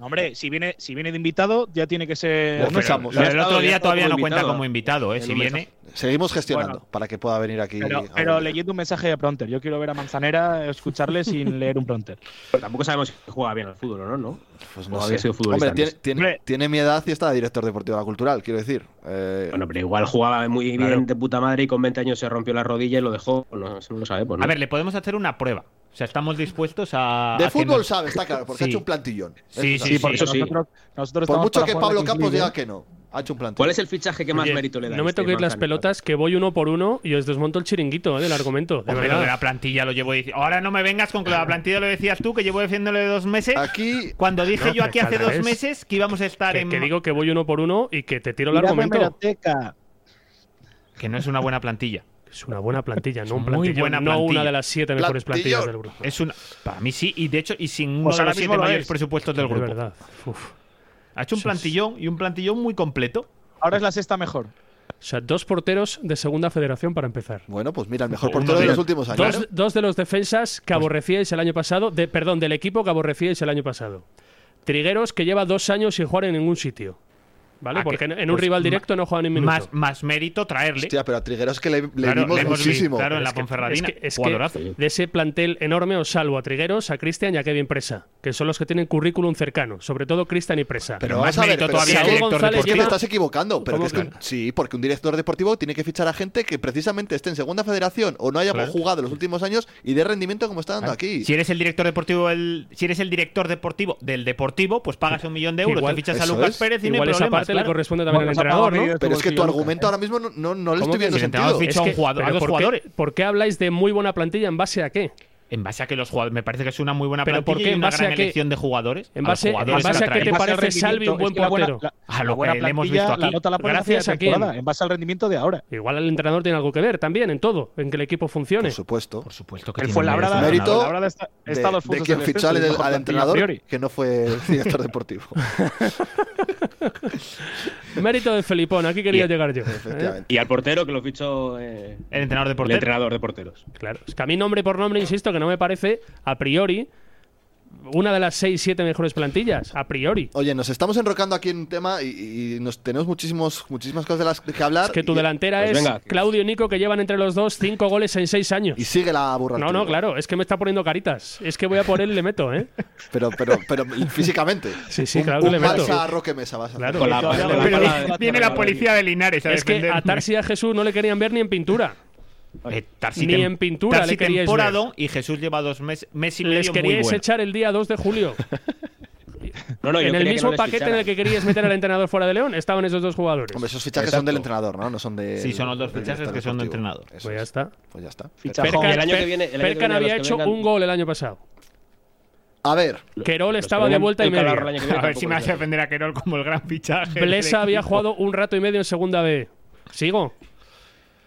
Hombre, si viene, si viene de invitado, ya tiene que ser.
Lo
no,
Pero
fichamos.
lo
Ya
del
está,
otro
ya
día
está
todavía
como
no cuenta
invitado.
como invitado, ¿eh?
Ya
Si
no me
viene.
Seguimos gestionando
Bueno.
para que pueda venir aquí.
Pero,
a-
pero leyendo un mensaje de Pronter. Yo quiero ver a Manzanera, escucharle sin leer un Pronter.
Pero tampoco sabemos si juega bien al fútbol o no, ¿no?
Pues
O
no
había
sé.
sido futbolista
Hombre, tiene,
antes.
tiene-
Hombre.
tiene mi edad y está de director deportivo de la cultural, quiero decir. Eh,
Bueno, pero igual jugaba muy bien de puta madre y con 20 años se rompió la rodilla y lo dejó. No, eso no lo sabemos, ¿no?
A ver, le podemos hacer una prueba. O sea, estamos dispuestos a.
de
a que
fútbol
nos-
sabe, está claro, porque ha
Sí.
hecho un plantillón.
Sí,
Eso
sí,
sí,
sabe.
por eso sí.
Nosotros, nosotros
Por
estamos
mucho
para
que
jugar
Pablo
la Kings
Campos
League,
diga
¿eh?
que no, ha hecho un plantillón.
¿Cuál es el fichaje que más
Oye,
mérito le da?
no me toquéis las pelotas, que voy uno por uno y os desmonto el chiringuito eh, del argumento. De
Hombre, lo de
verdad.
la plantilla lo llevo diciendo. Ahora no me vengas con que la plantilla lo decías tú, que llevo diciéndolo de dos meses.
Aquí,
Cuando dije
No,
yo aquí
pero
hace
al
dos
revés.
meses que íbamos a estar
Que,
en.
que digo que voy uno por uno y que te tiro el
Mirad la
argumento.
hemeroteca.
Que no es una buena plantilla.
Es una buena plantilla, no un
Muy
plantillón,
buena
no
plantilla.
una de las siete mejores
Plantillón.
plantillas del grupo.
Es una. Para mí sí, y de hecho, y sin uno
Pues
de
ahora
los siete
mismo lo
mayores
es.
presupuestos del
De
grupo.
verdad. Uf.
Ha hecho un
Eso es.
plantillón y un plantillón muy completo.
Ahora es la sexta mejor.
O sea, dos porteros de segunda federación para empezar.
Bueno, pues mira, el mejor portero de los últimos años.
Dos, dos de los defensas
Pues-
que aborrecíais el año pasado, de, perdón, del equipo que aborrecíais el año pasado. Trigueros que lleva dos años sin jugar en ningún sitio. ¿Vale?
Ah,
Porque
que-
en, en un
pues,
rival
ma-
directo no juega ni un minuto.
Más, más mérito traerle.
Hostia, pero a Trigueros que le, le
Claro,
vimos
le hemos visto,
muchísimo.
claro, en la
Es que-
Ponferradina.
es que- es que
Jugadorazo.
de ese plantel enorme os salvo a Trigueros, a Cristian y a Kevin Presa, que son los que tienen currículum cercano, sobre todo Cristian y Presa.
Pero
más
vamos a ver,
mérito
pero
todavía
si
el
Saúl
director
Es que
González
te
deportivo.
lleva-
estás equivocando. Pero
¿Cómo?
que es que un- sí, porque un director deportivo tiene que fichar a gente que precisamente esté en segunda federación o no haya
Claro.
jugado en los últimos años y dé rendimiento como está dando aquí.
Si eres el director deportivo del, si eres el director deportivo del deportivo, pues pagas un millón de euros,
Igual-
te fichas a
eso
Lucas
es.
Pérez y no
Igual
hay
esa
problemas,
parte le
claro.
corresponde también al
pues
entrenador, ¿no?
pero es que tu argumento ahora mismo no, no, no le
¿Cómo
estoy viendo
que el entrenador
sentido.
ficha- a un jugador- a
pero
dos
¿por qué-
jugadores.
¿Por qué habláis de muy buena plantilla en base a qué?
En base a que los jugadores, me parece que es una muy buena
¿Pero por
plantilla
qué?
y
¿En
una
base
gran
a qué?
elección de jugadores.
¿En
los
base- en
jugadores
base
que
a qué te
traen.
En base al
parece Salvi un
rendimiento,
buen
es que la buena-
portero?
la-
A lo
la buena
que le hemos
plantilla,
visto aquí.
La nota la pones a
Gracias
media
a quién.
temporada, en base al rendimiento de ahora.
Igual el entrenador tiene algo que ver también en todo, en que el equipo funcione.
Por supuesto.
Por supuesto que
El
tiene
Fuenlabrada,
mérito.
Mérito
Fuenlabrada está,
De,
está a dos
de
puntos
quien
del
fichó
descenso,
al,
es
al
mejor plantilla a
entrenador,
priori.
que no fue el director deportivo.
Mérito de Felipón, aquí quería
Y-
llegar yo. ¿eh?
Efectivamente.
Y al portero que lo fichó eh,
El entrenador
el
deportivo.
entrenador de porteros.
Claro, es que a mí nombre por nombre, insisto, que no me parece a priori una de las 6, 7 mejores plantillas, a priori.
Oye, nos estamos enrocando aquí en un tema y, y nos tenemos muchísimos, muchísimas cosas de las que hablar.
Es que tu
y-
delantera
Pues
es
venga.
Claudio y Nico que llevan entre los dos 5 goles en 6 años.
Y sigue la burra. al
No, no,
tiro.
claro, es que me está poniendo caritas. Es que voy a por él y le meto, ¿eh?
Pero, pero, pero físicamente.
Sí, sí,
Un-
claro que
un
le meto.
Barça a Roque Mesa vas a hacer.
Claro.
Con la-
Pero-
con la-
pero-
con la-
pero-
Viene la policía de Linares a
Es que
defenderme.
a Tarsi y a Jesús no le querían ver ni en pintura.
Eh, Tarsi
Ni
tem-
en pintura
Tarsi
le queríais ver.
temporado y Jesús lleva dos meses mes y medio
Les
muy
queríais
bueno.
echar el día 2 de julio.
No, no, yo
en el
quería que
mismo
no les
paquete en
fichara.
el que queríais meter al entrenador fuera de León, estaban esos dos jugadores.
Hombre, esos fichajes son
Exacto.
del entrenador, ¿no? No son de.
Sí, son los dos
del
fichajes
director
que son de
deportivo.
entrenador.
Eso
pues ya
es.
está.
Pues ya está.
Fichaje.
Perca-
Perkan,
el año que viene- el año que
Perkan
viene los
había
que
hecho
vengan-
un gol el año pasado.
A ver,
Querol
Los que
estaba de
vengan
vuelta y
del Calahorra
media.
el año que viene
A ver si
tampoco ¿eh?
me
les
hace
fichara.
ofender a Querol como el gran fichaje. del
Blesa había
equipo.
jugado un rato y medio en segunda B. ¿Sigo?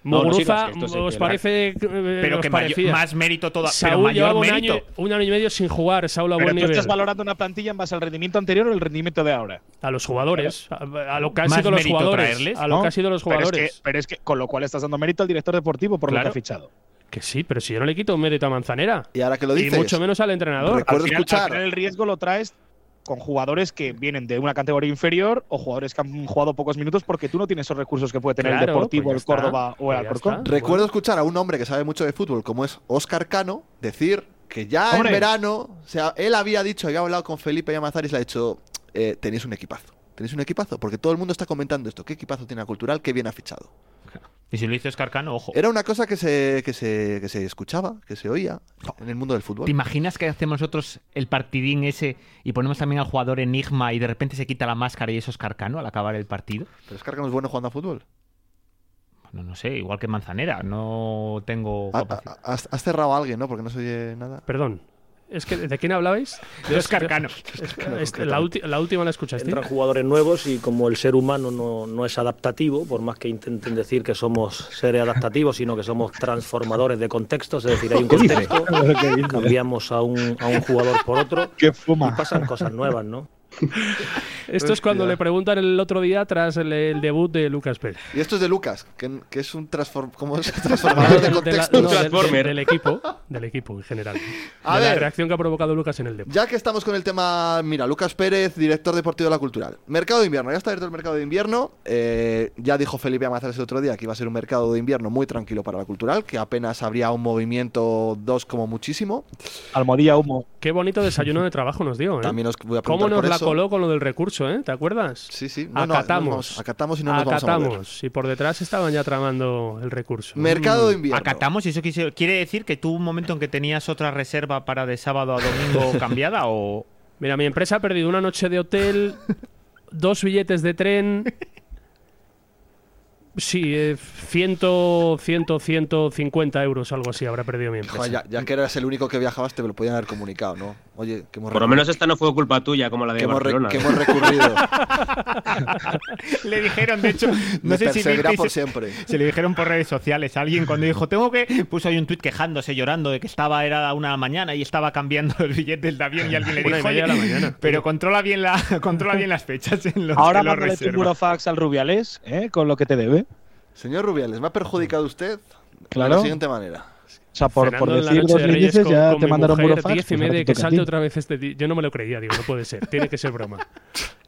No, no
Muguruza,
sigas, que esto sí
¿os
que-
parece eh,
Pero
os
que mayor-
parecía?
más mérito toda, pero
Saúl llevaba
mayor
un
mérito.
año, un año y medio sin jugar, Saúl a
Pero
buen
tú
nivel.
estás valorando una plantilla en base al rendimiento anterior o el rendimiento de ahora.
A los jugadores, a, a lo que han
Más
sido los
mérito
jugadores.
traerles,
a lo
¿no?
que han sido los
Pero es,
jugadores.
que, pero es que con lo cual estás dando mérito al director deportivo por
Claro.
lo que ha fichado.
Que sí, pero si yo no le quito mérito a Manzanera.
y ahora que lo
Y
dices.
mucho menos al entrenador.
Al
Recuerdo
final, al
escuchar.
final el riesgo lo traes con jugadores que vienen de una categoría inferior o jugadores que han jugado pocos minutos porque tú no tienes esos recursos que puede tener el
Claro,
Deportivo,
pues ya
el
está,
Córdoba o
pues
el
ya
Alcorcón.
está.
Recuerdo escuchar a un hombre que sabe mucho de fútbol, como es Óscar Cano, decir que ya
Hombre.
en verano, o sea, él había dicho, había hablado con Felipe Llamazares y le ha dicho, eh, tenéis un equipazo. Tenéis un equipazo, porque todo el mundo está comentando esto. ¿Qué equipazo tiene la cultural? ¿Qué bien ha fichado?
Y si lo hizo Escarcano, ojo.
Era una cosa que se, que se, que se escuchaba, que se oía en el mundo del fútbol.
¿Te imaginas que hacemos nosotros el partidín ese y ponemos también al jugador Enigma y de repente se quita la máscara y eso es Carcano al acabar el partido?
Pero Óscar Cano es bueno jugando a fútbol.
Bueno, no sé, igual que Manzanera, no tengo
Ha-
capacidad.
ha- has, has cerrado a alguien, ¿no? Porque no se oye nada.
Perdón. Es que, ¿de quién hablabais?
Yo es Carcano.
Este, la, ulti- la última la escuchaste.
Pues Entran jugadores nuevos y como el ser humano no, no es adaptativo, por más que intenten decir que somos seres adaptativos, sino que somos transformadores de contextos, es decir, hay un contexto, cambiamos a un, a un jugador por otro
¡Qué
y
fuma!
pasan cosas nuevas, ¿no?
Esto es cuando le preguntan el otro día tras el, el debut de Lucas Pérez.
Y esto es de Lucas, que, que es un transform, ¿cómo es? transformador Ah, de
Del- de la-
contextos.
no, del-
Transformer.
del equipo, del equipo en general.
A
De la
ver.
reacción que ha provocado Lucas en el debut.
Ya que estamos con el tema, mira, Lucas Pérez, director deportivo de la Cultural. Mercado de invierno, ya está abierto el mercado de invierno. Eh, ya dijo Felipe Amazares el otro día que iba a ser un mercado de invierno muy tranquilo para la Cultural, que apenas habría un movimiento, dos como muchísimo.
Almodía humo.
Qué bonito desayuno de trabajo nos dio, ¿eh?
También os voy a preguntar
¿Cómo nos
por
la
eso.
coló con lo del recurso, eh? ¿Te acuerdas?
Sí, sí. No, no, nos
Acatamos.
vamos- acatamos y no nos vamos a
Acatamos.
mover.
Y por detrás estaban ya tramando el recurso.
Mercado de invierno.
Mm, Acatamos, y eso quise- quiere decir que tú un momento en que tenías otra reserva para de sábado a domingo cambiada o.
Mira, mi empresa ha perdido una noche de hotel, dos billetes de tren. Sí, eh, 100, 100, 150 euros, algo así habrá perdido mi empresa.
Joder, ya, ya que eras el único que viajabas, te lo podían haber comunicado, ¿no? Oye, que hemos,
Por lo
recurrido-
menos esta no fue culpa tuya, como la de
que hemos, re-
Barcelona. ¿eh?
que hemos recurrido.
Le dijeron, de hecho, no
Me
sé si
perseguirá
visteis-
por siempre.
Se le dijeron por redes sociales a alguien cuando dijo, tengo que... Puso ahí un tuit quejándose, llorando de que estaba, era una de la mañana y estaba cambiando el billete del avión y alguien le
Una y
dijo,
media
"Oye,
de la mañana".
pero controla bien, la, controla bien las fechas en los
Ahora
que lo
mándale tu
reservas".
burofax al Rubiales, ¿eh? con lo que te debe.
Señor Rubiales, ¿me ha perjudicado usted? De
Claro.
la siguiente manera.
O sea, por, por
Fernando, en la
decir
noche
dos
de Reyes
leyes
con-
ya
con
te
mi
mandaron
mujer,
burofax.
diez y
pues ahora
media
te
que
toca a
salte
ti.
otra vez este di- Yo no me lo creía, digo, no puede ser. Tiene que ser broma.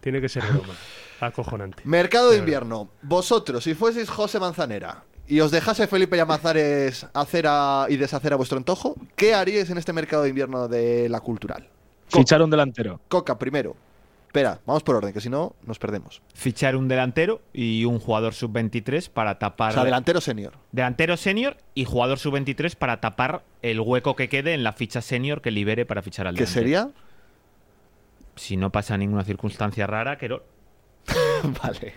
Tiene que ser broma. Acojonante.
Mercado de invierno. Vosotros, si fueseis José Manzanera y os dejase Felipe Llamazares hacer a- y deshacer a vuestro antojo, ¿qué haríais en este mercado de invierno de la cultural?
Fichar un delantero.
Coca, primero. Espera, vamos por orden, que si no, nos perdemos.
Fichar un delantero y un jugador sub-23 para tapar.
O sea, delantero senior.
delantero senior y jugador sub-23 para tapar el hueco que quede en la ficha senior que libere para fichar al
¿Qué
delantero.
sería?
Si no pasa ninguna circunstancia rara, que
vale.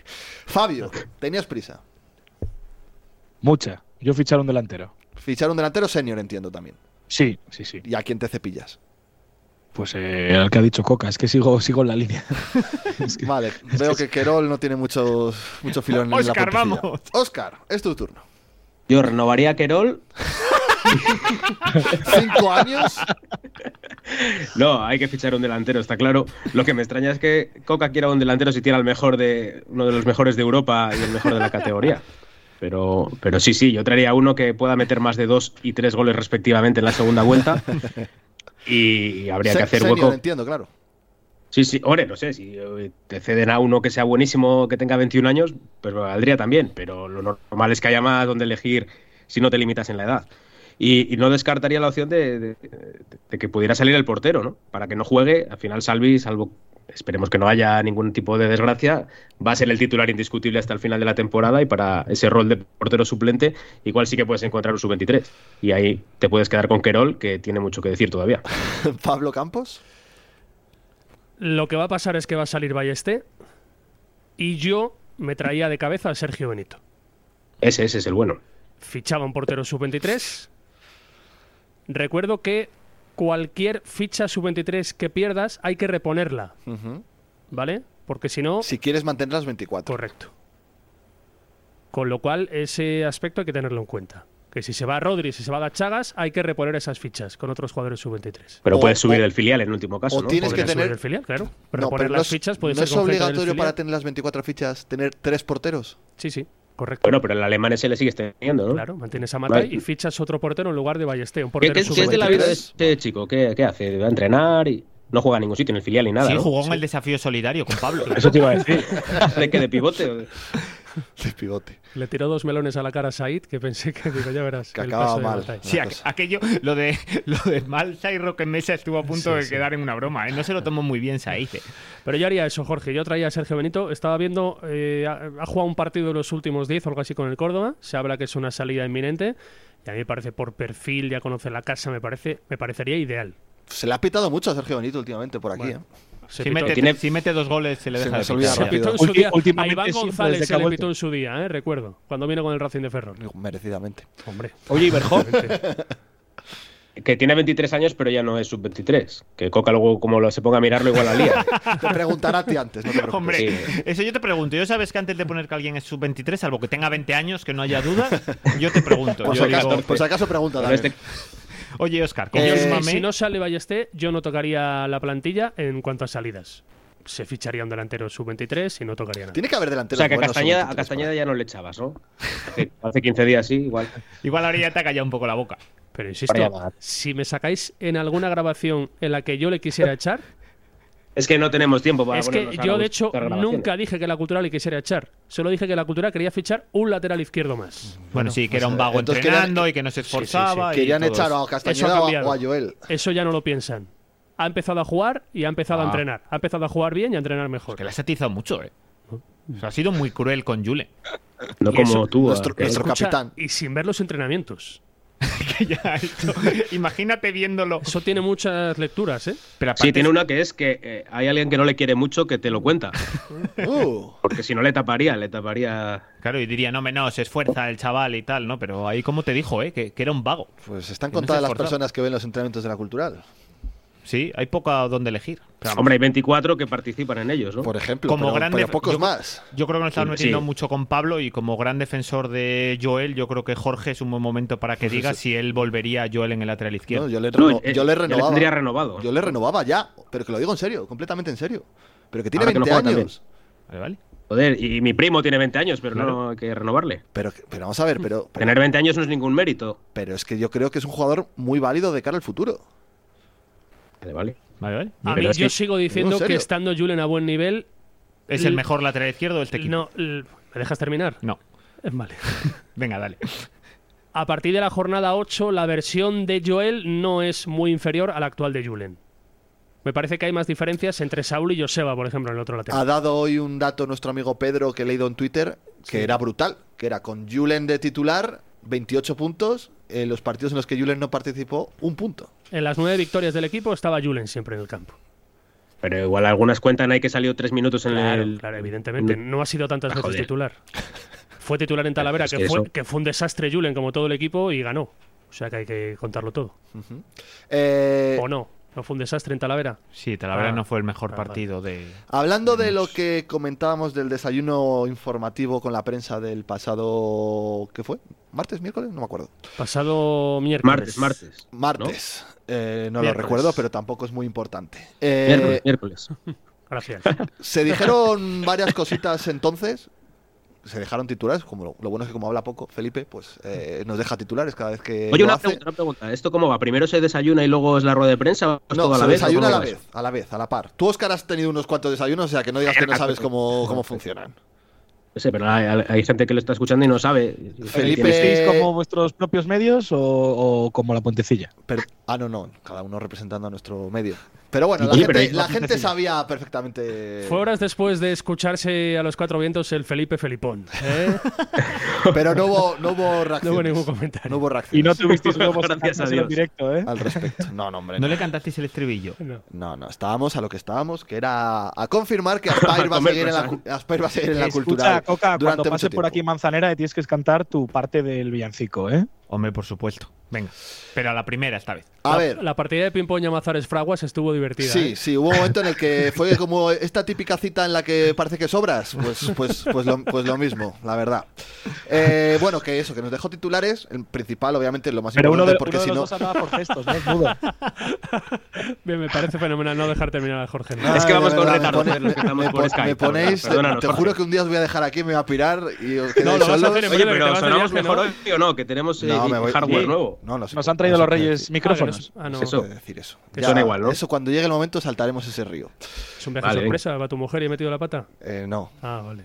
Fabio, tenías prisa.
Mucha. Yo fichar un delantero.
Fichar un delantero senior, entiendo también.
Sí, sí, sí.
¿Y a quién te cepillas?
Pues eh, al que ha dicho Coca, es que sigo, sigo en la línea.
Vale, veo que Querol no tiene muchos, mucho filón en la
Óscar,
pontecilla.
vamos.
Óscar, es tu turno.
Yo renovaría a Querol.
¿Cinco años?
No, hay que fichar un delantero, está claro. Lo que me extraña es que Coca quiera un delantero si tiene al mejor de uno de los mejores de Europa y el mejor de la categoría. Pero, pero sí, sí, yo traería uno que pueda meter más de dos y tres goles respectivamente en la segunda vuelta. Y habría que
Se-
hacer
senior,
hueco.
entiendo, claro.
Sí, sí, hombre, no sé, si eh, te ceden a uno que sea buenísimo, que tenga 21 años, pues me valdría también, pero lo normal es que haya más donde elegir si no te limitas en la edad. Y, y no descartaría la opción de, de- de que pudiera salir el portero, ¿no? Para que no juegue, al final Salvi, salvo esperemos que no haya ningún tipo de desgracia, va a ser el titular indiscutible hasta el final de la temporada y para ese rol de portero suplente igual sí que puedes encontrar un sub-23 y ahí te puedes quedar con Querol, que tiene mucho que decir todavía.
Pablo Campos.
Lo que va a pasar es que va a salir Ballesté y yo me traía de cabeza a Sergio Benito.
Ese, ese es el bueno.
Fichaba un portero sub-23. Recuerdo que cualquier ficha sub-23 que pierdas hay que reponerla,
Ujú.
¿vale? Porque si no,
Si quieres mantener las 24.
correcto. Con lo cual, ese aspecto hay que tenerlo en cuenta. Que si se va Rodri, si se va Gachagas, hay que reponer esas fichas con otros jugadores sub-23.
Pero
O-
puedes subir
o-
del filial en último caso.
o
¿no?
tienes que
Podría subir
tener-
el filial, claro. Pero
No,
reponer
pero no
las
es-
fichas puede
¿no
ser
es
con gente del
obligatorio para
filial.
tener las 24 fichas tener tres porteros.
Sí, sí, correcto.
Bueno, pero el alemán ese le sigues teniendo, ¿no?
Claro, mantienes a Matai
Vale.
y fichas otro portero en lugar de Ballester. Un
¿Qué,
portero
qué- qué es de la
sub-23.
vida de este chico? ¿Qué, qué hace? ¿Va a entrenar? y No juega en ningún sitio en el filial ni nada.
sí,
¿no?
jugó en el desafío solidario con Pablo.
Eso te iba a decir.
¿De qué? ¿De pivote? o de-
De pivote.
Le tiró dos melones a la cara a Said, que pensé que, digo, ya verás.
Que
el
acaba
paso de
mal.
Matai.
Sí,
La
aqu-
cosa.
aquello, lo de, lo de Malsa y Roque Mesa estuvo a punto
Sí,
de
sí.
quedar en una broma. ¿eh? No se lo tomó muy bien Saiz. ¿eh?
Pero yo haría eso, Jorge. Yo traía a Sergio Benito. Estaba viendo, eh, ha ha jugado un partido de los últimos 10 o algo así con el Córdoba. Se habla que es una salida inminente. Y a mí me parece por perfil, ya conoce la casa, me parece me parecería ideal.
Se le ha pitado mucho a Sergio Benito últimamente por aquí. ¿eh.
Se
Si
pitó-
mete,
Tiene-
si mete dos goles, se le
Se
deja de
nos olvida
se
pitar.
rápido.
pitó en su
Ulti-
día. A
últimamente
Iván
siempre,
González
desde
se
que ha
le
vuelto.
pitó en su día, ¿eh? recuerdo, cuando vino con el Racing de Ferrol.
Merecidamente.
Hombre.
Oye, ¿y Berjón?
que tiene 23 años, pero ya no es sub-23. Que Coca luego, como lo, se ponga a mirarlo, igual la lía.
Te preguntará a ti antes, no te preocupes.
Hombre,
Sí.
eso yo te pregunto. Yo sabes que antes de poner que alguien es sub-23, salvo que tenga 20 años, que no haya duda, yo te pregunto.
Por si
Yo digo, pues
acaso, por si acaso pregunta Eh,
Pero
también.
este-
Oye, Oscar,
Pues
Yo, si-
confírmame.
Eh, si no sale Ballesté, yo no tocaría la plantilla en cuanto a salidas. Se ficharía un delantero sub-23 y no tocaría nada.
Tiene que haber
o
delanteros
sea, que a
buenos
Castañeda, a
23,
Castañeda ya no le echabas, ¿no? Hace, hace 15 días, sí, igual.
Igual ahora ya te ha callado un poco la boca.
Pero insisto,
Para llamar.
si me sacáis en alguna grabación en la que yo le quisiera echar,
Es que no tenemos tiempo para
es que
ponernos ahora
yo de
a
hecho
buscar grabaciones.
nunca dije que la cultura le quisiera echar. Solo dije que la cultura quería fichar un lateral izquierdo más.
Bueno, sí,
pues,
que era
eh,
un
sé.
vago
Entonces
entrenando
querían-
y que no se
sí, sí.
esforzaba. y
Querían
todo
echar
eso.
a
Eso ha
Castañeda o a,
cambiado.
o a Joel.
Eso ya no lo piensan. Ha empezado a jugar y ha empezado a
Ah.
entrenar. Ha empezado a jugar bien y a entrenar mejor.
Que le has atizado mucho, ¿eh?
Mm.
O sea, ha sido muy cruel con Julen.
No
y
como
eso-
ah,
tú. a-
nuestro-
que-
nuestro-
Escucha,
capitán.
Y sin ver los entrenamientos.
Que ya esto- Imagínate viéndolo.
Eso tiene muchas lecturas, ¿eh?
Pero
Sí,
aparte
tiene
es-
una que es que eh, hay alguien que no le quiere mucho que te lo cuenta.
Uh,
Porque si no le taparía, le taparía.
Claro, y diría, no, me no, se esfuerza el chaval y tal, ¿no? Pero ahí, como te dijo, ¿eh? Que, que era un vago.
pues están
Que no se
contadas las
esforzaba.
personas que ven los entrenamientos de la cultural.
Sí, hay poca donde elegir. Pero,
Hombre, hay 24 que participan en ellos, ¿no?
Por ejemplo,
Como
pero,
grande-
pero pocos
yo-
más.
Yo creo que nos estamos
Sí.
metiendo mucho con Pablo y como gran defensor de Joel, yo creo que Jorge es un buen momento para que diga si él volvería a Joel en el lateral izquierdo.
No, yo, le
No,
reno-
eh,
yo le
ya le
renovaba.
tendría renovado.
Yo le renovaba ya, pero que lo digo en serio, completamente en serio. Pero que tiene
Ahora que no
20
juega
años.
también.
Vale, vale.
Joder, y mi primo tiene 20 años, pero no hay que renovarle.
Pero, pero vamos a ver, pero, pero-
Tener 20 años no es ningún mérito.
pero es que yo creo que es un jugador muy válido de cara al futuro.
Vale, vale.
Vale, vale.
A
Pero
mí
es
yo
que-
sigo
No,
diciendo
en serio.
que estando Julen a buen nivel.
¿Es el mejor lateral izquierdo este del tequila?
No, l- ¿Me dejas terminar?
No.
Vale.
Venga, dale.
A partir de la jornada 8, la versión de Joel no es muy inferior a la actual de Julen. Me parece que hay más diferencias entre Saúl y Joseba, por ejemplo, en el otro
Ha
lateral.
dado hoy un dato nuestro amigo Pedro que he leído en Twitter que era brutal, que era con Julen de titular, 28 puntos, en los partidos en los que Julen no participó, un punto.
En las nueve victorias del equipo estaba Julen siempre en el campo.
Pero igual algunas cuentan ahí que salió tres minutos en
Claro,
el.
claro, evidentemente. No ha sido tantas
Ah,
veces
joder.
titular. Fue titular en Talavera,
Es
que,
que
fue,
eso-
que fue un desastre Julen, como todo el equipo, y ganó. O sea que hay que contarlo todo.
Eh,
¿O no? ¿No fue un desastre en Talavera?
Sí, Talavera
Ah,
no fue el mejor
ah, vale.
partido de.
Hablando de lo que comentábamos del desayuno informativo con la prensa del pasado, ¿qué fue? ¿Martes, miércoles? No me acuerdo.
Pasado miércoles.
Martes, martes. ¿no?
Martes. Eh, ¿no? lo
Miércoles.
recuerdo, pero tampoco es muy importante. Eh,
Miércoles, miércoles.
Gracias.
Eh.
Se dijeron varias cositas entonces. Se dejaron titulares. Como lo, lo bueno es que como habla poco Felipe, pues eh, nos deja titulares cada vez que
Oye,
lo
una
hace.
pregunta, una pregunta. ¿Esto cómo va? ¿Primero se desayuna y luego es la rueda de prensa? ¿O es
No,
todo a
se
la vez?
desayuna a
¿O
la
cómo va
vez,
eso?
a la vez, a la par. Tú, Oscar, has tenido unos cuantos desayunos, o sea que no digas que no sabes cómo, cómo funcionan.
No sé, pero hay, hay gente que lo está escuchando y no sabe.
Felipe-
Tienes-
¿Estéis como vuestros propios medios o, o como la puentecilla?
Pero, ah, no, no, cada uno representando a nuestro medio. Pero bueno, la
Oye, pero
gente,
hay-
la gente sabía perfectamente.
Fue horas después de escucharse a los cuatro vientos el Felipe Felipón. ¿eh?
Pero no hubo, no hubo reacciones.
No hubo ningún comentario.
No hubo
Y no
reacciones
tuvisteis luego
Gracias a
sacándoselo
Dios.
en directo, ¿eh?
al respecto. No, no, hombre.
No
No.
le cantasteis el estribillo.
No.
no, no, estábamos a lo que estábamos, que era a confirmar que Aspire va a
comer
seguir en la,
croissant.
cu- Aspire va a seguir en la
Escucha,
cultural
Coca, cuando
durante
pases
mucho
por aquí
tiempo.
Manzanera, te tienes que cantar tu parte del villancico, ¿eh?
Hombre, por supuesto. Venga. Pero a la primera esta vez.
A
La-
ver,
La, partida de ping-pong Llamazares Fraguas estuvo divertida.
Sí,
¿eh?
sí, hubo un momento en el que fue como esta típica cita en la que parece que sobras. Pues, pues, pues, lo, pues lo mismo, la verdad. Eh, bueno, que eso, que nos dejó titulares. El principal, obviamente, lo más
Pero uno
importante, porque
de, uno de
si
los
no.
dos hablaba por gestos, ¿no? Mudo.
Bien, me parece fenomenal no dejar terminar a Jorge. ¿no?
Ay,
Es que
Ah, de
vamos con
verdad,
retardo,
me,
los que estamos
me
por
pon-
Skype,
me ponéis,
perdónanos,
te juro
Jorge.
que un día os voy a dejar aquí, me voy a pirar y os
No,
quedáis
lo vas a
solos.
hacer en
Oye,
breve, te
pero
vas de
sonamos
viaje,
mejor
¿no?
hoy o no, que tenemos eh,
No, me voy-
hardware
sí.
nuevo.
No, no sé.
Nos han traído los reyes
Ah, que no-
micrófonos.
ah, no.
Eso.
No puedo decir eso.
Que suena igual, ¿no?
Eso cuando llegue el momento saltaremos ese río.
Es un viaje
Vale,
sorpresa. Va tu mujer y he metido la pata.
Eh, no.
Ah, vale.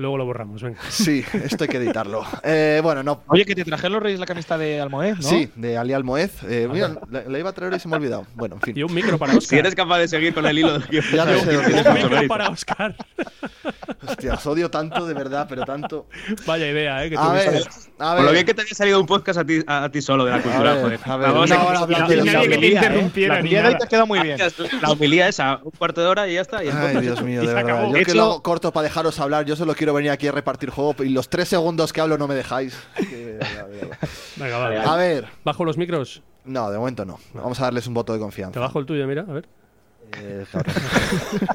Luego lo borramos, venga.
Sí, esto hay que editarlo. Eh, bueno, no.
Oye, que te trajeron los reyes la camiseta de Almoez, ¿no?
Sí, de Ali Almoez. Eh, mira, la, la iba a traer y se me ha olvidado. Bueno, en fin.
Y un micro para Oscar.
Si eres capaz de seguir con el hilo del guión.
Ya no sé dónde
un
está.
micro para Oscar.
Hostia, os odio tanto, de verdad, pero tanto.
Vaya idea, ¿eh? Que
A
tuviste.
ver, a
Por lo bien
ver.
que te haya salido un podcast a ti, a, a ti solo de la cultura,
A ver,
joder.
a ver,
Vamos
una
a-
hora hablando
Y
de
nadie que te
Saúl.
humilía, ¿eh?
interrumpiera
La
ni
humillada y
nada.
te ha quedado muy bien.
La humilía esa, un cuarto de hora y ya está. Y entonces-
Ay, Dios mío,
Y
de
se
verdad.
acabó.
Yo que
Hecho-
lo hago corto para dejaros hablar, yo solo quiero venir aquí a repartir juego y los tres segundos que hablo no me dejáis. Que- a ver,
Venga, vale.
A ver,
Bajo los micros.
no, de momento no. Vamos a darles un voto de
Te
confianza.
bajo el tuyo, mira, a ver.
Eh, cabrón.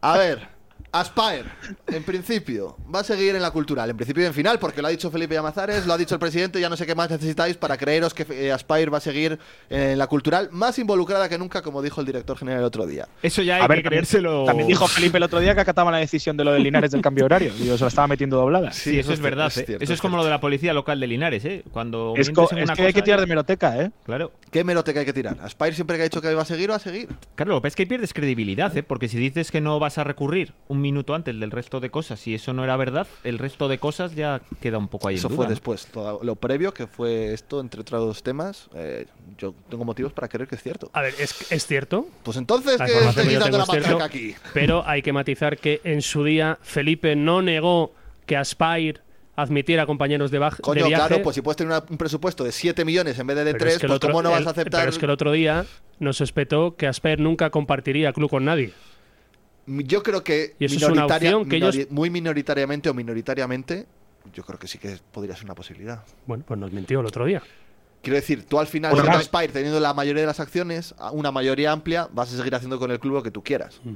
a ver, Aspire, en principio, va a seguir en la cultural, en principio y en final, porque lo ha dicho Felipe Llamazares, lo ha dicho el presidente, ya no sé qué más necesitáis para creeros que eh, Aspire va a seguir en la cultural, más involucrada que nunca, como dijo el director general el otro día.
Eso ya hay
A ver,
que
también-
creérselo.
También dijo Felipe el otro día que acataban la decisión de lo de Linares del cambio de horario. Digo, se la estaba metiendo doblada.
Sí, eso es
cier-
verdad. ¿eh?
cierto,
Eso es como lo de la policía local de Linares, ¿eh? Cuando
Es, co-
mientes en
es
una
que hay
cosa,
que tirar de meroteca, ¿eh?
Claro.
¿Qué meroteca hay que tirar? Aspire siempre que ha dicho que va a seguir, va a seguir.
Claro, lo que pasa es que ahí pierdes credibilidad, ¿eh? Porque si dices que no vas a recurrir un minuto antes del resto de cosas y eso no era verdad, el resto de cosas ya queda un poco ahí
Eso
en
fue
duda, ¿no?
después. todo lo previo, que fue esto, entre otros temas, eh, yo tengo motivos para creer que es cierto.
A ver, es, es cierto,
Pues entonces,
Ah, La
¿qué
información que
estáis
yo
dando la
tengo es
matraca aquí?
cierto, pero hay que matizar que en su día Felipe no negó que Aspire admitiera compañeros de, baj- de
Coño,
viaje.
claro, pues si puedes tener una- un presupuesto de 7 millones en vez de de
pero
3,
es que el
pues
otro-
¿cómo no vas
el-
a aceptar?
Pero es que el otro día nos sospechó que Aspire nunca compartiría club con nadie.
Yo creo que,
Y eso es una
minoritaria-
opción que ellos-
minori- muy minoritariamente o minoritariamente, yo creo que sí que podría ser una posibilidad.
Bueno, pues nos mintió el otro día.
Quiero decir, tú al final,
Por
siendo
acá-
Aspire teniendo la mayoría de las acciones, a- una mayoría amplia, vas a seguir haciendo con el club lo que tú quieras.
Mm.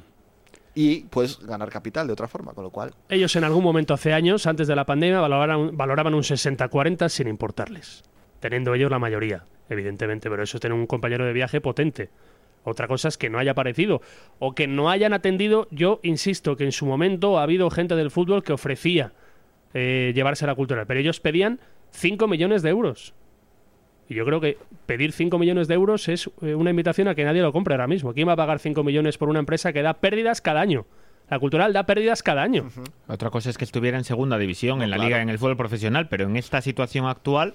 Y puedes ganar capital de otra forma, con lo cual.
Ellos en algún momento hace años, antes de la pandemia, valoraban, valoraban un 60-40 sin importarles, teniendo ellos la mayoría, evidentemente, pero eso es tener un compañero de viaje potente. Otra cosa es que no haya aparecido o que no hayan atendido. Yo insisto que en su momento ha habido gente del fútbol que ofrecía eh, llevarse la cultura, pero ellos pedían 5 millones de euros. Y yo creo que pedir 5 millones de euros es eh, una invitación a que nadie lo compre ahora mismo. ¿Quién va a pagar 5 millones por una empresa que da pérdidas cada año? La cultural da pérdidas cada año.
Otra cosa es que estuviera en segunda división, en la liga, en el fútbol profesional, pero en esta situación actual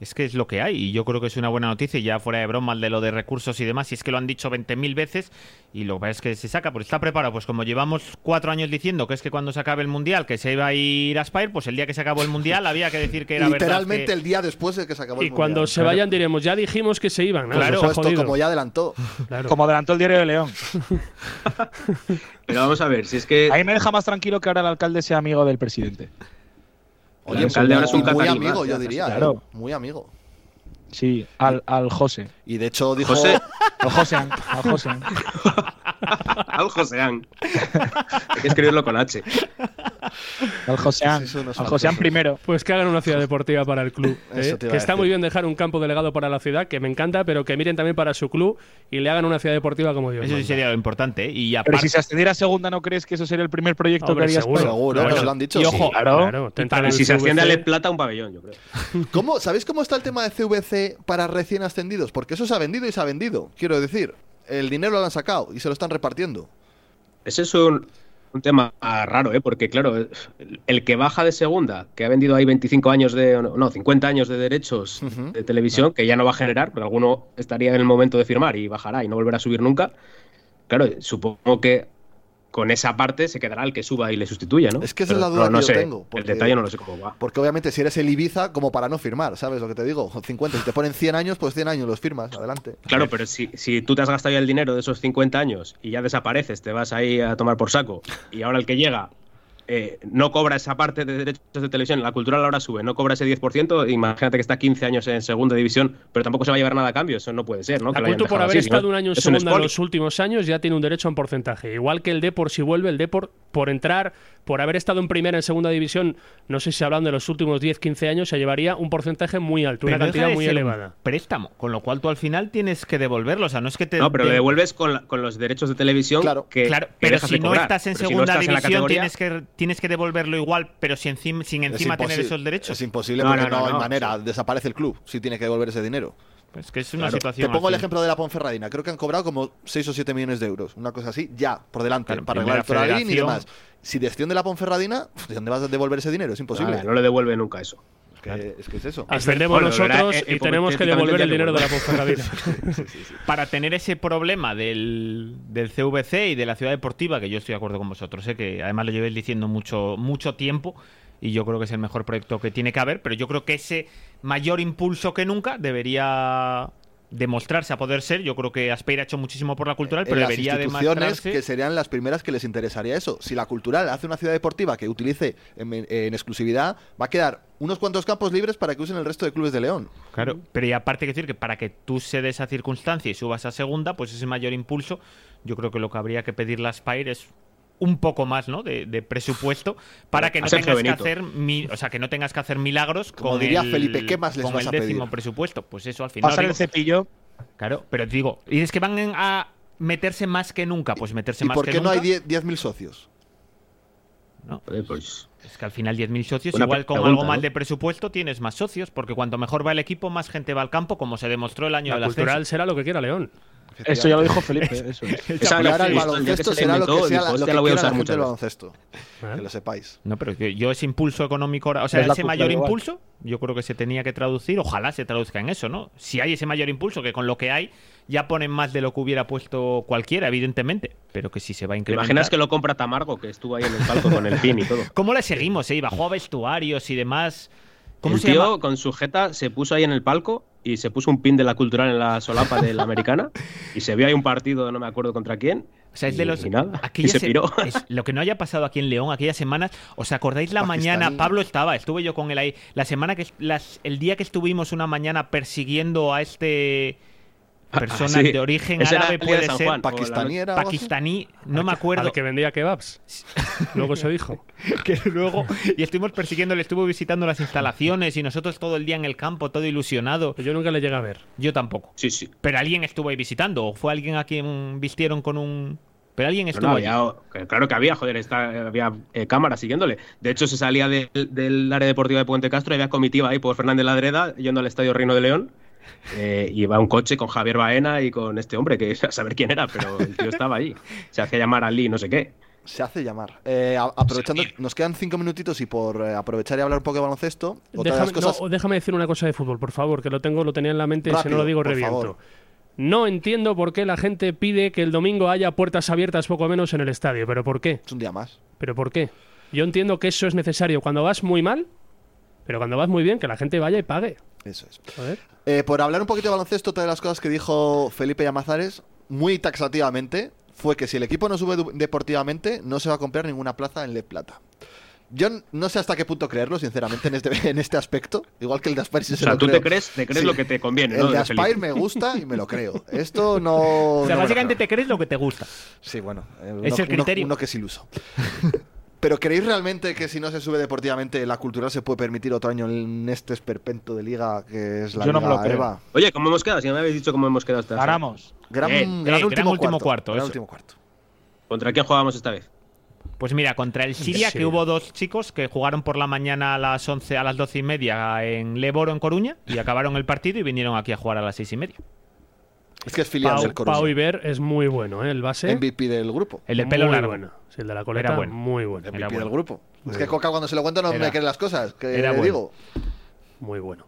es que es lo que hay y yo creo que es una buena noticia, y ya fuera de broma el de lo de recursos y demás, y es que lo han dicho 20.000 veces y lo que pasa es que se saca, pues está preparado, pues como llevamos cuatro años diciendo que es que cuando se acabe el Mundial que se iba a ir a Spire, pues el día que se acabó el Mundial había que decir que era verdad
Literalmente
que-
el día después de que se acabó
Y
el
cuando
mundial.
se vayan diremos, ya dijimos que se iban. ¿no?
Por
Nos ha
supuesto,
jodido.
como ya adelantó.
Claro.
Como adelantó el diario de León.
Pero vamos a ver, si es que
Ahí me deja más tranquilo que ahora el alcalde sea amigo del presidente.
Oye, pues
El alcalde ahora es un
muy
catarí
amigo,
más,
yo
ya,
diría.
claro.
¿eh? Muy amigo.
Sí, al, al José.
Y de hecho dijo.
José,
Al José, al José.
al Joseán. Hay que escribirlo con H.
Al José,
Sí, sí, son unos
al José
falsos.
primero.
Pues que hagan una ciudad deportiva para el club. ¿eh?
Eso te iba a
Que está
decir.
muy bien dejar un campo delegado para la ciudad, que me encanta, pero que miren también para su club y le hagan una ciudad deportiva como Dios.
Eso sí
manda.
sería lo importante ¿eh? y
Pero
aparte
si se ascendiera a segunda, ¿no crees que eso sería el primer proyecto
Hombre,
que harías?
seguro.
Seguro,
Claro.
nos lo han dicho.
Y
sí.
ojo,
Claro,
Y
te entran
para
en
Si se asciende a
CVC.
Le Plata, un pabellón, yo creo.
¿Cómo, ¿Sabéis cómo está el tema de CVC para recién ascendidos? Porque eso se ha vendido y se ha vendido. Quiero decir, el dinero lo han sacado y se lo están repartiendo.
Ese es un, un tema raro, ¿eh? porque claro, el- el que baja de segunda, que ha vendido ahí 25 años de, no, 50 años de derechos
Ujú.
de televisión, que ya no va a generar, porque alguno estaría en el momento de firmar y bajará y no volverá a subir nunca, claro, supongo que con esa parte se quedará el que suba y le sustituya, ¿no?
Es que esa es
Pero
la duda
no, no
que yo
sé,
tengo,
El
porque-
detalle no lo sé cómo va.
Porque obviamente si eres el Ibiza, como para no firmar, ¿sabes lo que te digo? 50, si te ponen 100 años, pues 100 años los firmas, adelante.
Claro, pero si, si tú te has gastado ya el dinero de esos 50 años y ya desapareces, te vas ahí a tomar por saco, y ahora el que llega eh, no cobra esa parte de derechos de televisión, la cultural ahora sube, no cobra ese 10%, imagínate que está 15 años en segunda división, pero tampoco se va a llevar nada a cambio, eso no puede ser, ¿no? Que
La
lo hayan
Cultu por
dejado
haber
así, si no,
estado un año en
es un
segunda en
espolio.
los últimos años ya tiene un derecho a un porcentaje. Igual que el Depor si vuelve, el Depor por entrar, por haber estado en primera en segunda división, no sé si hablan de los últimos 10, 15 años, se llevaría un porcentaje muy alto, una
pero deja
cantidad
de
muy
ser un
elevada.
préstamo, con lo cual tú al final tienes que devolverlo, o sea, no es que te
No, pero lo
te-
devuelves con, la- con los derechos de televisión
Claro.
que,
Claro,
que
pero
dejas
si
de
no
cobrar.
estás en
Pero si no
segunda
estás en la
división
categoría-
tienes que tienes que devolverlo igual, pero sin, encima- sin encima
Es
tener
imposi-
esos derechos.
Es imposible
No,
porque no,
no, no,
hay
no,
manera, desaparece el club si tiene que devolver ese dinero.
Pues Es que es una
Claro.
situación.
Te pongo el
así.
ejemplo de la Ponferradina. Creo que han cobrado como 6 o 7 millones de euros. Una cosa así, ya, por delante,
Claro, en
para arreglar el
primera
Toralín y demás.
federación.
Si desciende la Ponferradina, pf, ¿de dónde vas a devolver ese dinero? Es imposible.
Nada, no le devuelve nunca eso.
Es que- es que es eso.
Ascendemos
Bueno,
nosotros
verá, eh,
y
eh,
tenemos que
hipotéticamente
devolver
ya
el
que
dinero de la
vuelva.
Ponferradina.
Para tener ese problema del, del CVC y de la ciudad deportiva, que yo estoy de acuerdo con vosotros, sé que además lo llevéis diciendo mucho, mucho tiempo, y yo creo que es el mejor proyecto que tiene que haber, pero yo creo que ese mayor impulso que nunca debería demostrarse a poder ser. Yo creo que Aspeira ha hecho muchísimo por la cultural, pero
en las
debería
instituciones
demostrarse.
que serían las primeras que les interesaría eso. Si la cultural hace una ciudad deportiva que utilice en, en exclusividad, va a quedar unos cuantos campos libres para que usen el resto de clubes de León.
Claro, pero y aparte que decir que para que tú se dé esa circunstancia y subas a segunda, pues ese mayor impulso, yo creo que lo que habría que pedirle a Spire es un poco más, ¿no? De, de presupuesto para que
A
no tengas
Sergio Benito.
que hacer mi- o sea, que no tengas que hacer milagros
Como
con
diría
el,
Felipe, ¿qué más les
con
vas
el
a
décimo
pedir?
presupuesto. Pues eso al final.
Pasar
digo,
el cepillo.
claro, pero te digo, y es que van en- a meterse más que nunca, pues meterse
¿Y
más
por
que
qué no hay
nunca.
10 10.000 socios?
No,
Joder, pues,
es que al final 10.000 socios,
Buena
igual con
pregunta,
algo
¿no?
más de presupuesto, tienes más socios, porque cuanto mejor va el equipo, más gente va al campo, como se demostró el año de
La
la
cultural será lo que quiera León.
Eso ya lo dijo Felipe. Eso es.
Esa
Y ahora
gracia, el
el
día que
baloncesto
se le
será lo que
inventó,
sea,
dijo,
lo
"Hostia,
que
la voy a
quiera la
usar
gente
muchas
del
veces".
baloncesto. Que lo sepáis.
No, pero yo, yo ese impulso económico, ahora- o sea,
Es la
ese
cultura
mayor
global.
impulso, yo creo que se tenía que traducir, ojalá se traduzca en eso, ¿no? Si hay ese mayor impulso, que con lo que hay ya ponen más de lo que hubiera puesto cualquiera, evidentemente, pero que si se va a
¿Te
incrementar.
imaginas que lo compra Tamargo, que estuvo ahí en el palco con el pin y todo?
¿Cómo le seguimos? Eh? Bajó a vestuarios y demás. ¿Cómo
el
se
tío
llama?
con sujeta se puso ahí en el palco y se puso un pin de la cultural en la solapa de la americana y se vio ahí un partido, no me acuerdo contra quién.
O sea, es de
y-
los.
y nada,
aquella
y se
se-
piró.
es lo que no haya pasado aquí en León, aquellas semanas. ¿Os acordáis la
Pakistaní.
mañana? Pablo estaba, estuve yo con él ahí. La semana que. las- el día que estuvimos una mañana persiguiendo a este. persona
Ah, sí.
de origen
Esa era
árabe
la
puede
de San
ser
Juan, o la-
¿Pakistaniera o algo así?
pakistaní, no me acuerdo.
Al que vendía kebabs. Luego se dijo.
que luego y estuvimos persiguiendo, le estuvo visitando las instalaciones y nosotros todo el día en el campo, todo ilusionado.
Pues Yo nunca le llegué a ver.
Yo tampoco.
Sí, sí.
Pero alguien estuvo ahí visitando, o fue alguien a quien vistieron con un. Pero alguien
No,
estuvo
no,
ahí.
había- claro que había, joder, está, había eh, cámaras siguiéndole. De hecho, se salía del, del área deportiva de Puente Castro y había comitiva ahí por Fernández Ladreda yendo al Estadio Reino de León. Eh, y iba un coche con Javier Baena y con este hombre, que a saber quién era, pero el tío estaba ahí. Se hacía llamar Ali, no sé qué.
Se hace llamar. Eh, a- aprovechando, nos quedan cinco minutitos y por eh, aprovechar y hablar un poco de baloncesto, otra de las
Déjame,
cosas.
no, déjame decir una cosa de fútbol, por favor, que lo tengo, lo tenía en la mente y si no
Rápido,
lo digo
por
reviento.
favor.
No entiendo por qué la gente pide que el domingo haya puertas abiertas poco menos en el estadio, pero ¿por qué?
Es un día más.
¿Pero por qué? Yo entiendo que eso es necesario cuando vas muy mal, pero cuando vas muy bien, que la gente vaya y pague.
Eso es.
Joder.
Eh, por hablar un poquito de baloncesto, otra de las cosas que dijo Felipe Llamazares, muy taxativamente, fue que si el equipo no sube du- deportivamente, no se va a comprar ninguna plaza en Le Plata. Yo n- no sé hasta qué punto creerlo, sinceramente, en este, en este aspecto. Igual que el de Aspire, sí
O
se
sea,
lo
tú
creo.
te crees, te crees
Sí.
lo que te conviene,
El
¿no?
de
De Felipe.
Aspire me gusta y me lo creo. Esto no.
O sea,
no me lo
básicamente
creo.
te crees lo que te gusta.
Sí, bueno. eh,
Es
uno-
el criterio.
Uno, uno que es iluso. Pero ¿creéis realmente que si no se sube deportivamente, la cultural se puede permitir otro año en este esperpento de liga que es la
Yo no
Liga
me lo creo.
EVA?
Oye, ¿cómo hemos quedado? Si no me habéis dicho cómo hemos quedado esta vez.
Ganamos.
Gran,
Eh,
gran
eh, gran
último,
último cuarto,
gran
eso.
último cuarto.
¿Contra quién jugábamos esta vez?
Pues mira, contra el Siria, que
Siria.
hubo dos chicos que jugaron por la mañana a las 11, a las 12 y media en Leboro, en Coruña, y acabaron el partido y vinieron aquí a jugar a las 6 y media.
Es que es filial
Pau,
del Coruña.
Pau Iber es muy bueno, ¿eh? el base.
MVP del grupo.
El de pelo
muy
largo.
bueno. Sí, el de la coleta,
Era bueno.
muy bueno.
Era
MVP del
bueno.
grupo. Es que Coca cuando se lo cuenta no
Era-
me cree las cosas. Que
era
le
bueno.
digo.
Muy bueno.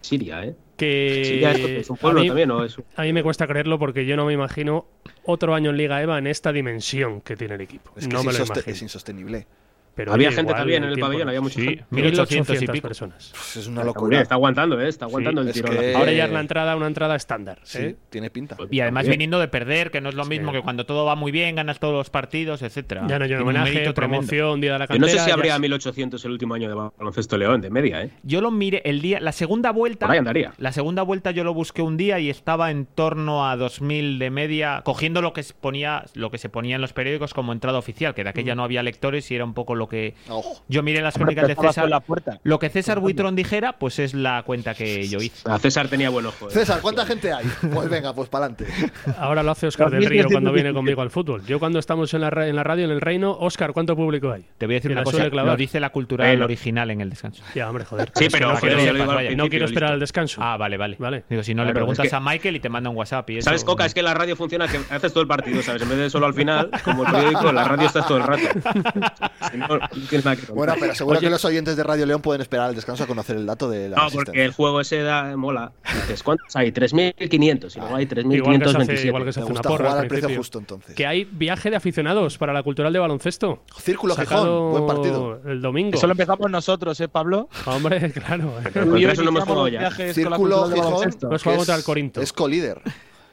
Siria, ¿eh?
Que
Siria es, es un pueblo
a mí-
también, ¿no? Es un-
A mí me cuesta creerlo porque yo no me imagino otro año en Liga EVA en esta dimensión que tiene el equipo.
Es que
no
es,
me lo
insoste-
imagino.
es insostenible.
Pero,
Había
oye,
gente
igual
también en el
tiempo
pabellón,
no.
había mucha
Sí,
gente.
1800 y
1.800
pico.
personas.
Pues es
Está,
una
aguanta-
locura.
está aguantando, ¿eh? Está aguantando el
es
tirón.
que-
Ahora ya es la entrada una entrada estándar.
Sí,
¿eh?
tiene pinta.
Pues,
Y además
También.
viniendo de perder, que no es lo mismo que cuando todo va muy bien, ganas todos los partidos, etcétera.
Ya no
Tiene
llega
un
homenaje,
mérito tremendo.
promoción, día de la
Yo
cantera.
no sé si
ya
habría
es-
1800 el último año de baloncesto León, de media, ¿eh?
Yo lo miré el día, la segunda vuelta.
Por ahí andaría.
La segunda vuelta yo lo busqué un día y estaba en torno a 2000 de media, cogiendo lo que se ponía, lo que se ponía en los periódicos como entrada oficial, que de aquella no había lectores y era un poco lo que
Ojo.
yo miré las crónicas de
Empezabas
César.
por la puerta.
Lo que César Buitrón dijera, pues es la cuenta que yo hice.
A César tenía buen ojo. ¿eh?
César, ¿cuánta gente hay? Pues venga, pues para adelante.
Ahora lo hace Oscar del
2.317.
Río cuando viene conmigo al fútbol. Yo cuando estamos en la, ra- en la radio, en el reino, Oscar, ¿cuánto público hay?
Te voy a decir
Y
una
la
cosa,
suele clavar.
lo dice la cultura
Bueno.
original en el descanso.
Ya, hombre, joder.
Sí,
Es que
pero
no,
joder,
quiero-
yo lo digo al
vaya.
no
principio,
quiero esperar
listo.
al descanso.
Ah, vale, vale.
Vale.
Digo, si no le
Claro,
preguntas
es que-
a Michael y te manda un WhatsApp y eso-
¿Sabes, Coca? Es que la radio funciona que haces todo el partido, ¿sabes? En vez de solo al final, como el periódico, en la radio estás todo el rato. Si no, no tienes nada que contar.
Bueno, pero seguro que los oyentes de Radio León pueden esperar al descanso a conocer el dato de la
No,
asistencia.
porque el juego ese da, mola. Dices, ¿cuántos hay? 3.500. Y luego hay
Igual que se hace, igual que
3.527.
Me
se hace una
gusta
porra
jugar
al
al precio
principio.
justo entonces.
Que hay viaje de aficionados para la cultural de baloncesto.
Círculo
Sacado
Gijón, buen partido.
El domingo.
Eso lo empezamos nosotros, ¿eh, Pablo?
Hombre, claro.
Pero contra eso no hemos
iniciamos
jugado
los
ya.
viajes con la
Círculo
cultural de
Gijón.
baloncesto.
Pues
que
juega contra
es-
el Corinto.
Es colíder.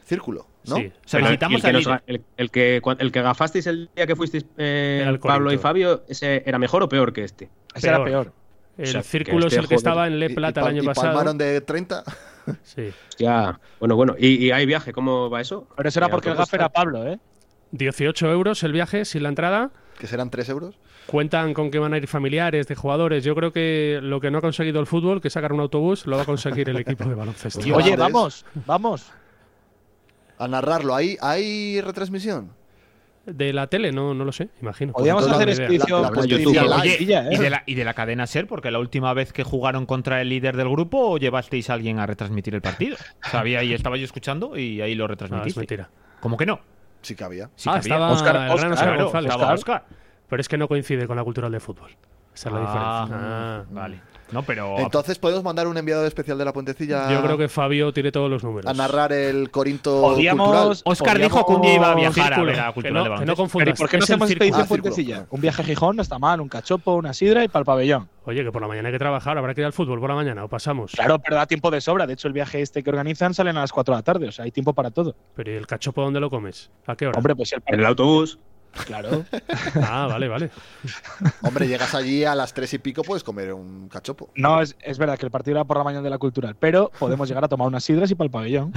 Círculo, ¿no?
Sí.
O sea,
Pero
visitamos
el, que
al
nos-
líder.
el, el que, cua- el que gafasteis el día que fuisteis eh,
Era el
Pablo y
Corinto.
Fabio, ese era mejor o peor que este.
Ese era peor.
El
O sea, que
círculo es
este
el que
joder.
estaba en Le
Y- y
Plata
pal-
el
y
año pasado.
palmaron de 30.
Sí.
Ya, bueno, bueno. ¿Y, y hay viaje? ¿Cómo va eso?
Pero eso era
¿Hay
porque el
autobús?
gafe era Pablo, ¿eh?
18 euros el viaje sin la entrada.
que serán 3 euros.
Cuentan con que van a ir familiares de jugadores. Yo creo que lo que no ha conseguido el fútbol, que sacar un autobús, lo va a conseguir el equipo de baloncesto.
Yo-
Oye,
Andrés.
vamos, vamos.
A narrarlo. ¿Hay, hay retransmisión?
De la tele, no, no lo sé, imagino.
Podríamos
No tengo
hacer este
ni idea.
ejercicio.
La- la
ejercicio
YouTube.
en la
Oye,
horquilla,
Y
¿eh?
de, la, y de la cadena Ser, porque la última vez que jugaron contra el líder del grupo, ¿o llevasteis a alguien a retransmitir el partido? Sabía y estaba yo escuchando y ahí lo
No, es
retransmitiste.
mentira.
¿Cómo que no?
Sí que había.
Sí
Ah,
que había.
estaba
Óscar-
el gran
Óscar,
Óscar
Claro,
González.
estaba Óscar.
Pero es que no coincide con la cultura del fútbol. Esa es la
Ah,
diferencia. Ah.
Vale. No, pero.
Entonces podemos mandar un enviado especial de la puentecilla
Ah, Yo creo que Fabio tiene todos los números.
a narrar el Corinto
Podíamos-
cultural.
Oscar
podíamos-
dijo que un día iba a viajar a
Círculo.
ver a la
que
cultura
no,
de
que no
baloncesto.
Pero ¿y
confundas.
¿Por qué no
Es el
hacemos este
círculo.
expedición
Ah,
Fuentecilla?
círculo.
Un viaje a Gijón no está mal, un cachopo, una sidra y para el pabellón.
Oye, que por la mañana hay que trabajar, habrá que ir al fútbol por la mañana o pasamos.
Claro, pero da tiempo de sobra. De hecho, el viaje este que organizan salen a las 4 de la tarde, o sea, hay tiempo para todo.
Pero ¿y el cachopo dónde lo comes? ¿A qué hora?
Hombre, pues si el
En el autobús.
Claro.
Ah, vale, vale.
Hombre, llegas allí a las tres y pico, puedes comer un cachopo.
No, es, es verdad que el partido era por la mañana de la cultural, pero podemos llegar a tomar unas sidras y para el pabellón.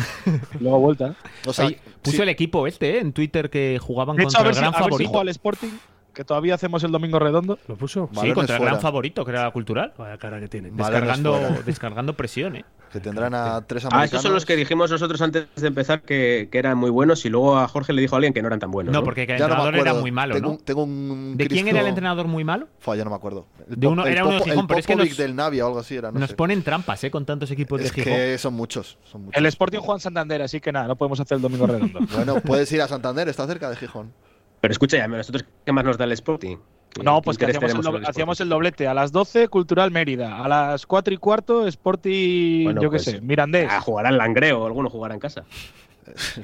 Luego vuelta.
O sea,
Oye, puso
sí.
el equipo este ¿eh? en Twitter que jugaban
De hecho,
contra
a ver,
el
si,
gran
a ver si
favorito.
juega el Sporting, que todavía hacemos el domingo redondo.
¿Lo puso?
sí,
Balones
contra el gran
fuera.
favorito, que era la cultural.
Vaya cara que tiene.
Vale.
Descargando,
fuera.
descargando presión, ¿eh?
Que tendrán a tres
Ah,
americanos.
esos son los que dijimos nosotros antes de empezar que, que eran muy buenos y luego a Jorge le dijo a alguien que no eran tan buenos.
No, porque el
Ya no me
entrenador era
acuerdo.
muy malo,
tengo,
¿no?
un- tengo un
¿De quién
Cristo-
era el entrenador muy malo?
Fua, ya no me acuerdo. El
De
Pop-
uno-
el
era uno de
Popo- el
Gijón, pero es que
Popovic
nos-
del Navi o algo así era, no
Nos
sé.
ponen trampas, ¿eh? Con tantos equipos
Es
de Gijón.
que son muchos, son muchos.
El Sporting juega en Santander, así que nada, no podemos hacer el domingo redondo.
Bueno, puedes ir a Santander, está cerca de Gijón.
Pero escucha, ya, nosotros qué más nos da el Sporting. ¿Qué-
No,
qué
pues que
interés
hacíamos
tenemos
el,
en
doble-
Sporting?
hacíamos el doblete. A las 12, Cultural Mérida. A las 4 y cuarto, Sporting,
Bueno,
yo qué
pues,
sé, Mirandés.
Ah, jugará en Langreo, alguno jugará en casa.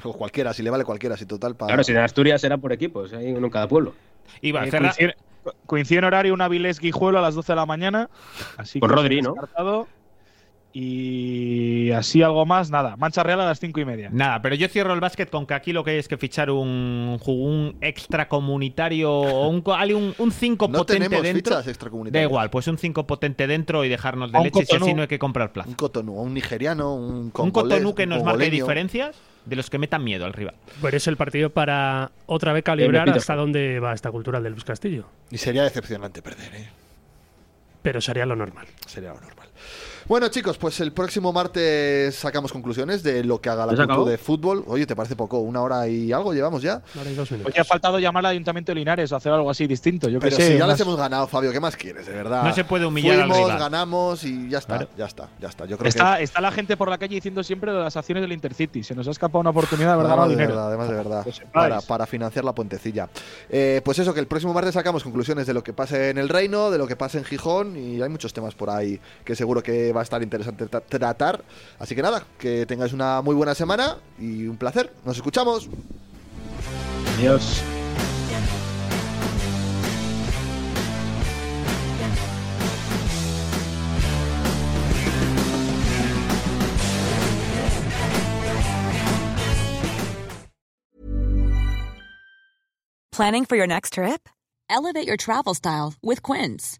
O cualquiera, si le vale cualquiera, si total para.
Claro, si en Asturias será por equipos, hay uno en cada pueblo.
Y
Eh,
Barcelona-
coincide, coincide en horario un Avilés Guijuelo a las 12 de la mañana. Así
Con
que
Rodri, ¿no?
descartado. Y así algo más, nada. Mancha Real a las 5 y media.
Nada, pero yo cierro el básquet con que aquí lo que hay es que fichar un, ju- un extracomunitario o un, co- ali- un, un cinco
no
potente
tenemos
dentro.
fichas
Da
extracomunitarias.
igual, pues un 5 potente dentro y dejarnos
A
de
un
leche si así
Cotonou.
no hay que comprar plaza.
Un Cotonou, un nigeriano, un
Un
congolés,
Cotonou que
un
nos marque
congoleño.
diferencias de los que metan miedo al rival.
Pero es el partido para otra vez calibrar
Eh, Pepito.
hasta dónde va esta cultural de Luis Castillo.
Y sería decepcionante perder, ¿eh?
Pero sería lo normal.
Sería lo normal. Bueno, chicos, pues el próximo martes sacamos conclusiones de lo que haga la
¿Ya se
cultura
acabó?
de fútbol. Oye, ¿te parece poco? ¿Una hora y algo llevamos ya?
Ahora hay dos minutos.
Oye, ha faltado llamar al Ayuntamiento de Linares o hacer algo así distinto. Yo que
Pero
sé.
si ya
unas-
les hemos ganado, Fabio, ¿qué más quieres? De verdad.
No se puede humillar al
Fuimos,
rival.
ganamos y ya está, ya está, ya está. Yo creo
Está,
que.
está la gente por la calle diciendo siempre de las acciones del Intercity. Se nos ha escapado una oportunidad de haber ganado
Además de
dinero. Pues,
verdad, además de verdad,
Que sepáis.
para, para financiar la puentecilla. Eh, pues eso, que el próximo martes sacamos conclusiones de lo que pase en el Reino, de lo que pase en Gijón y hay muchos temas por ahí que seguro que va a estar interesante tra- tratar. Así que nada, que tengáis una muy buena semana y un placer. Nos escuchamos.
Adiós.
Planning for your next trip? Elevate your travel style with Quince.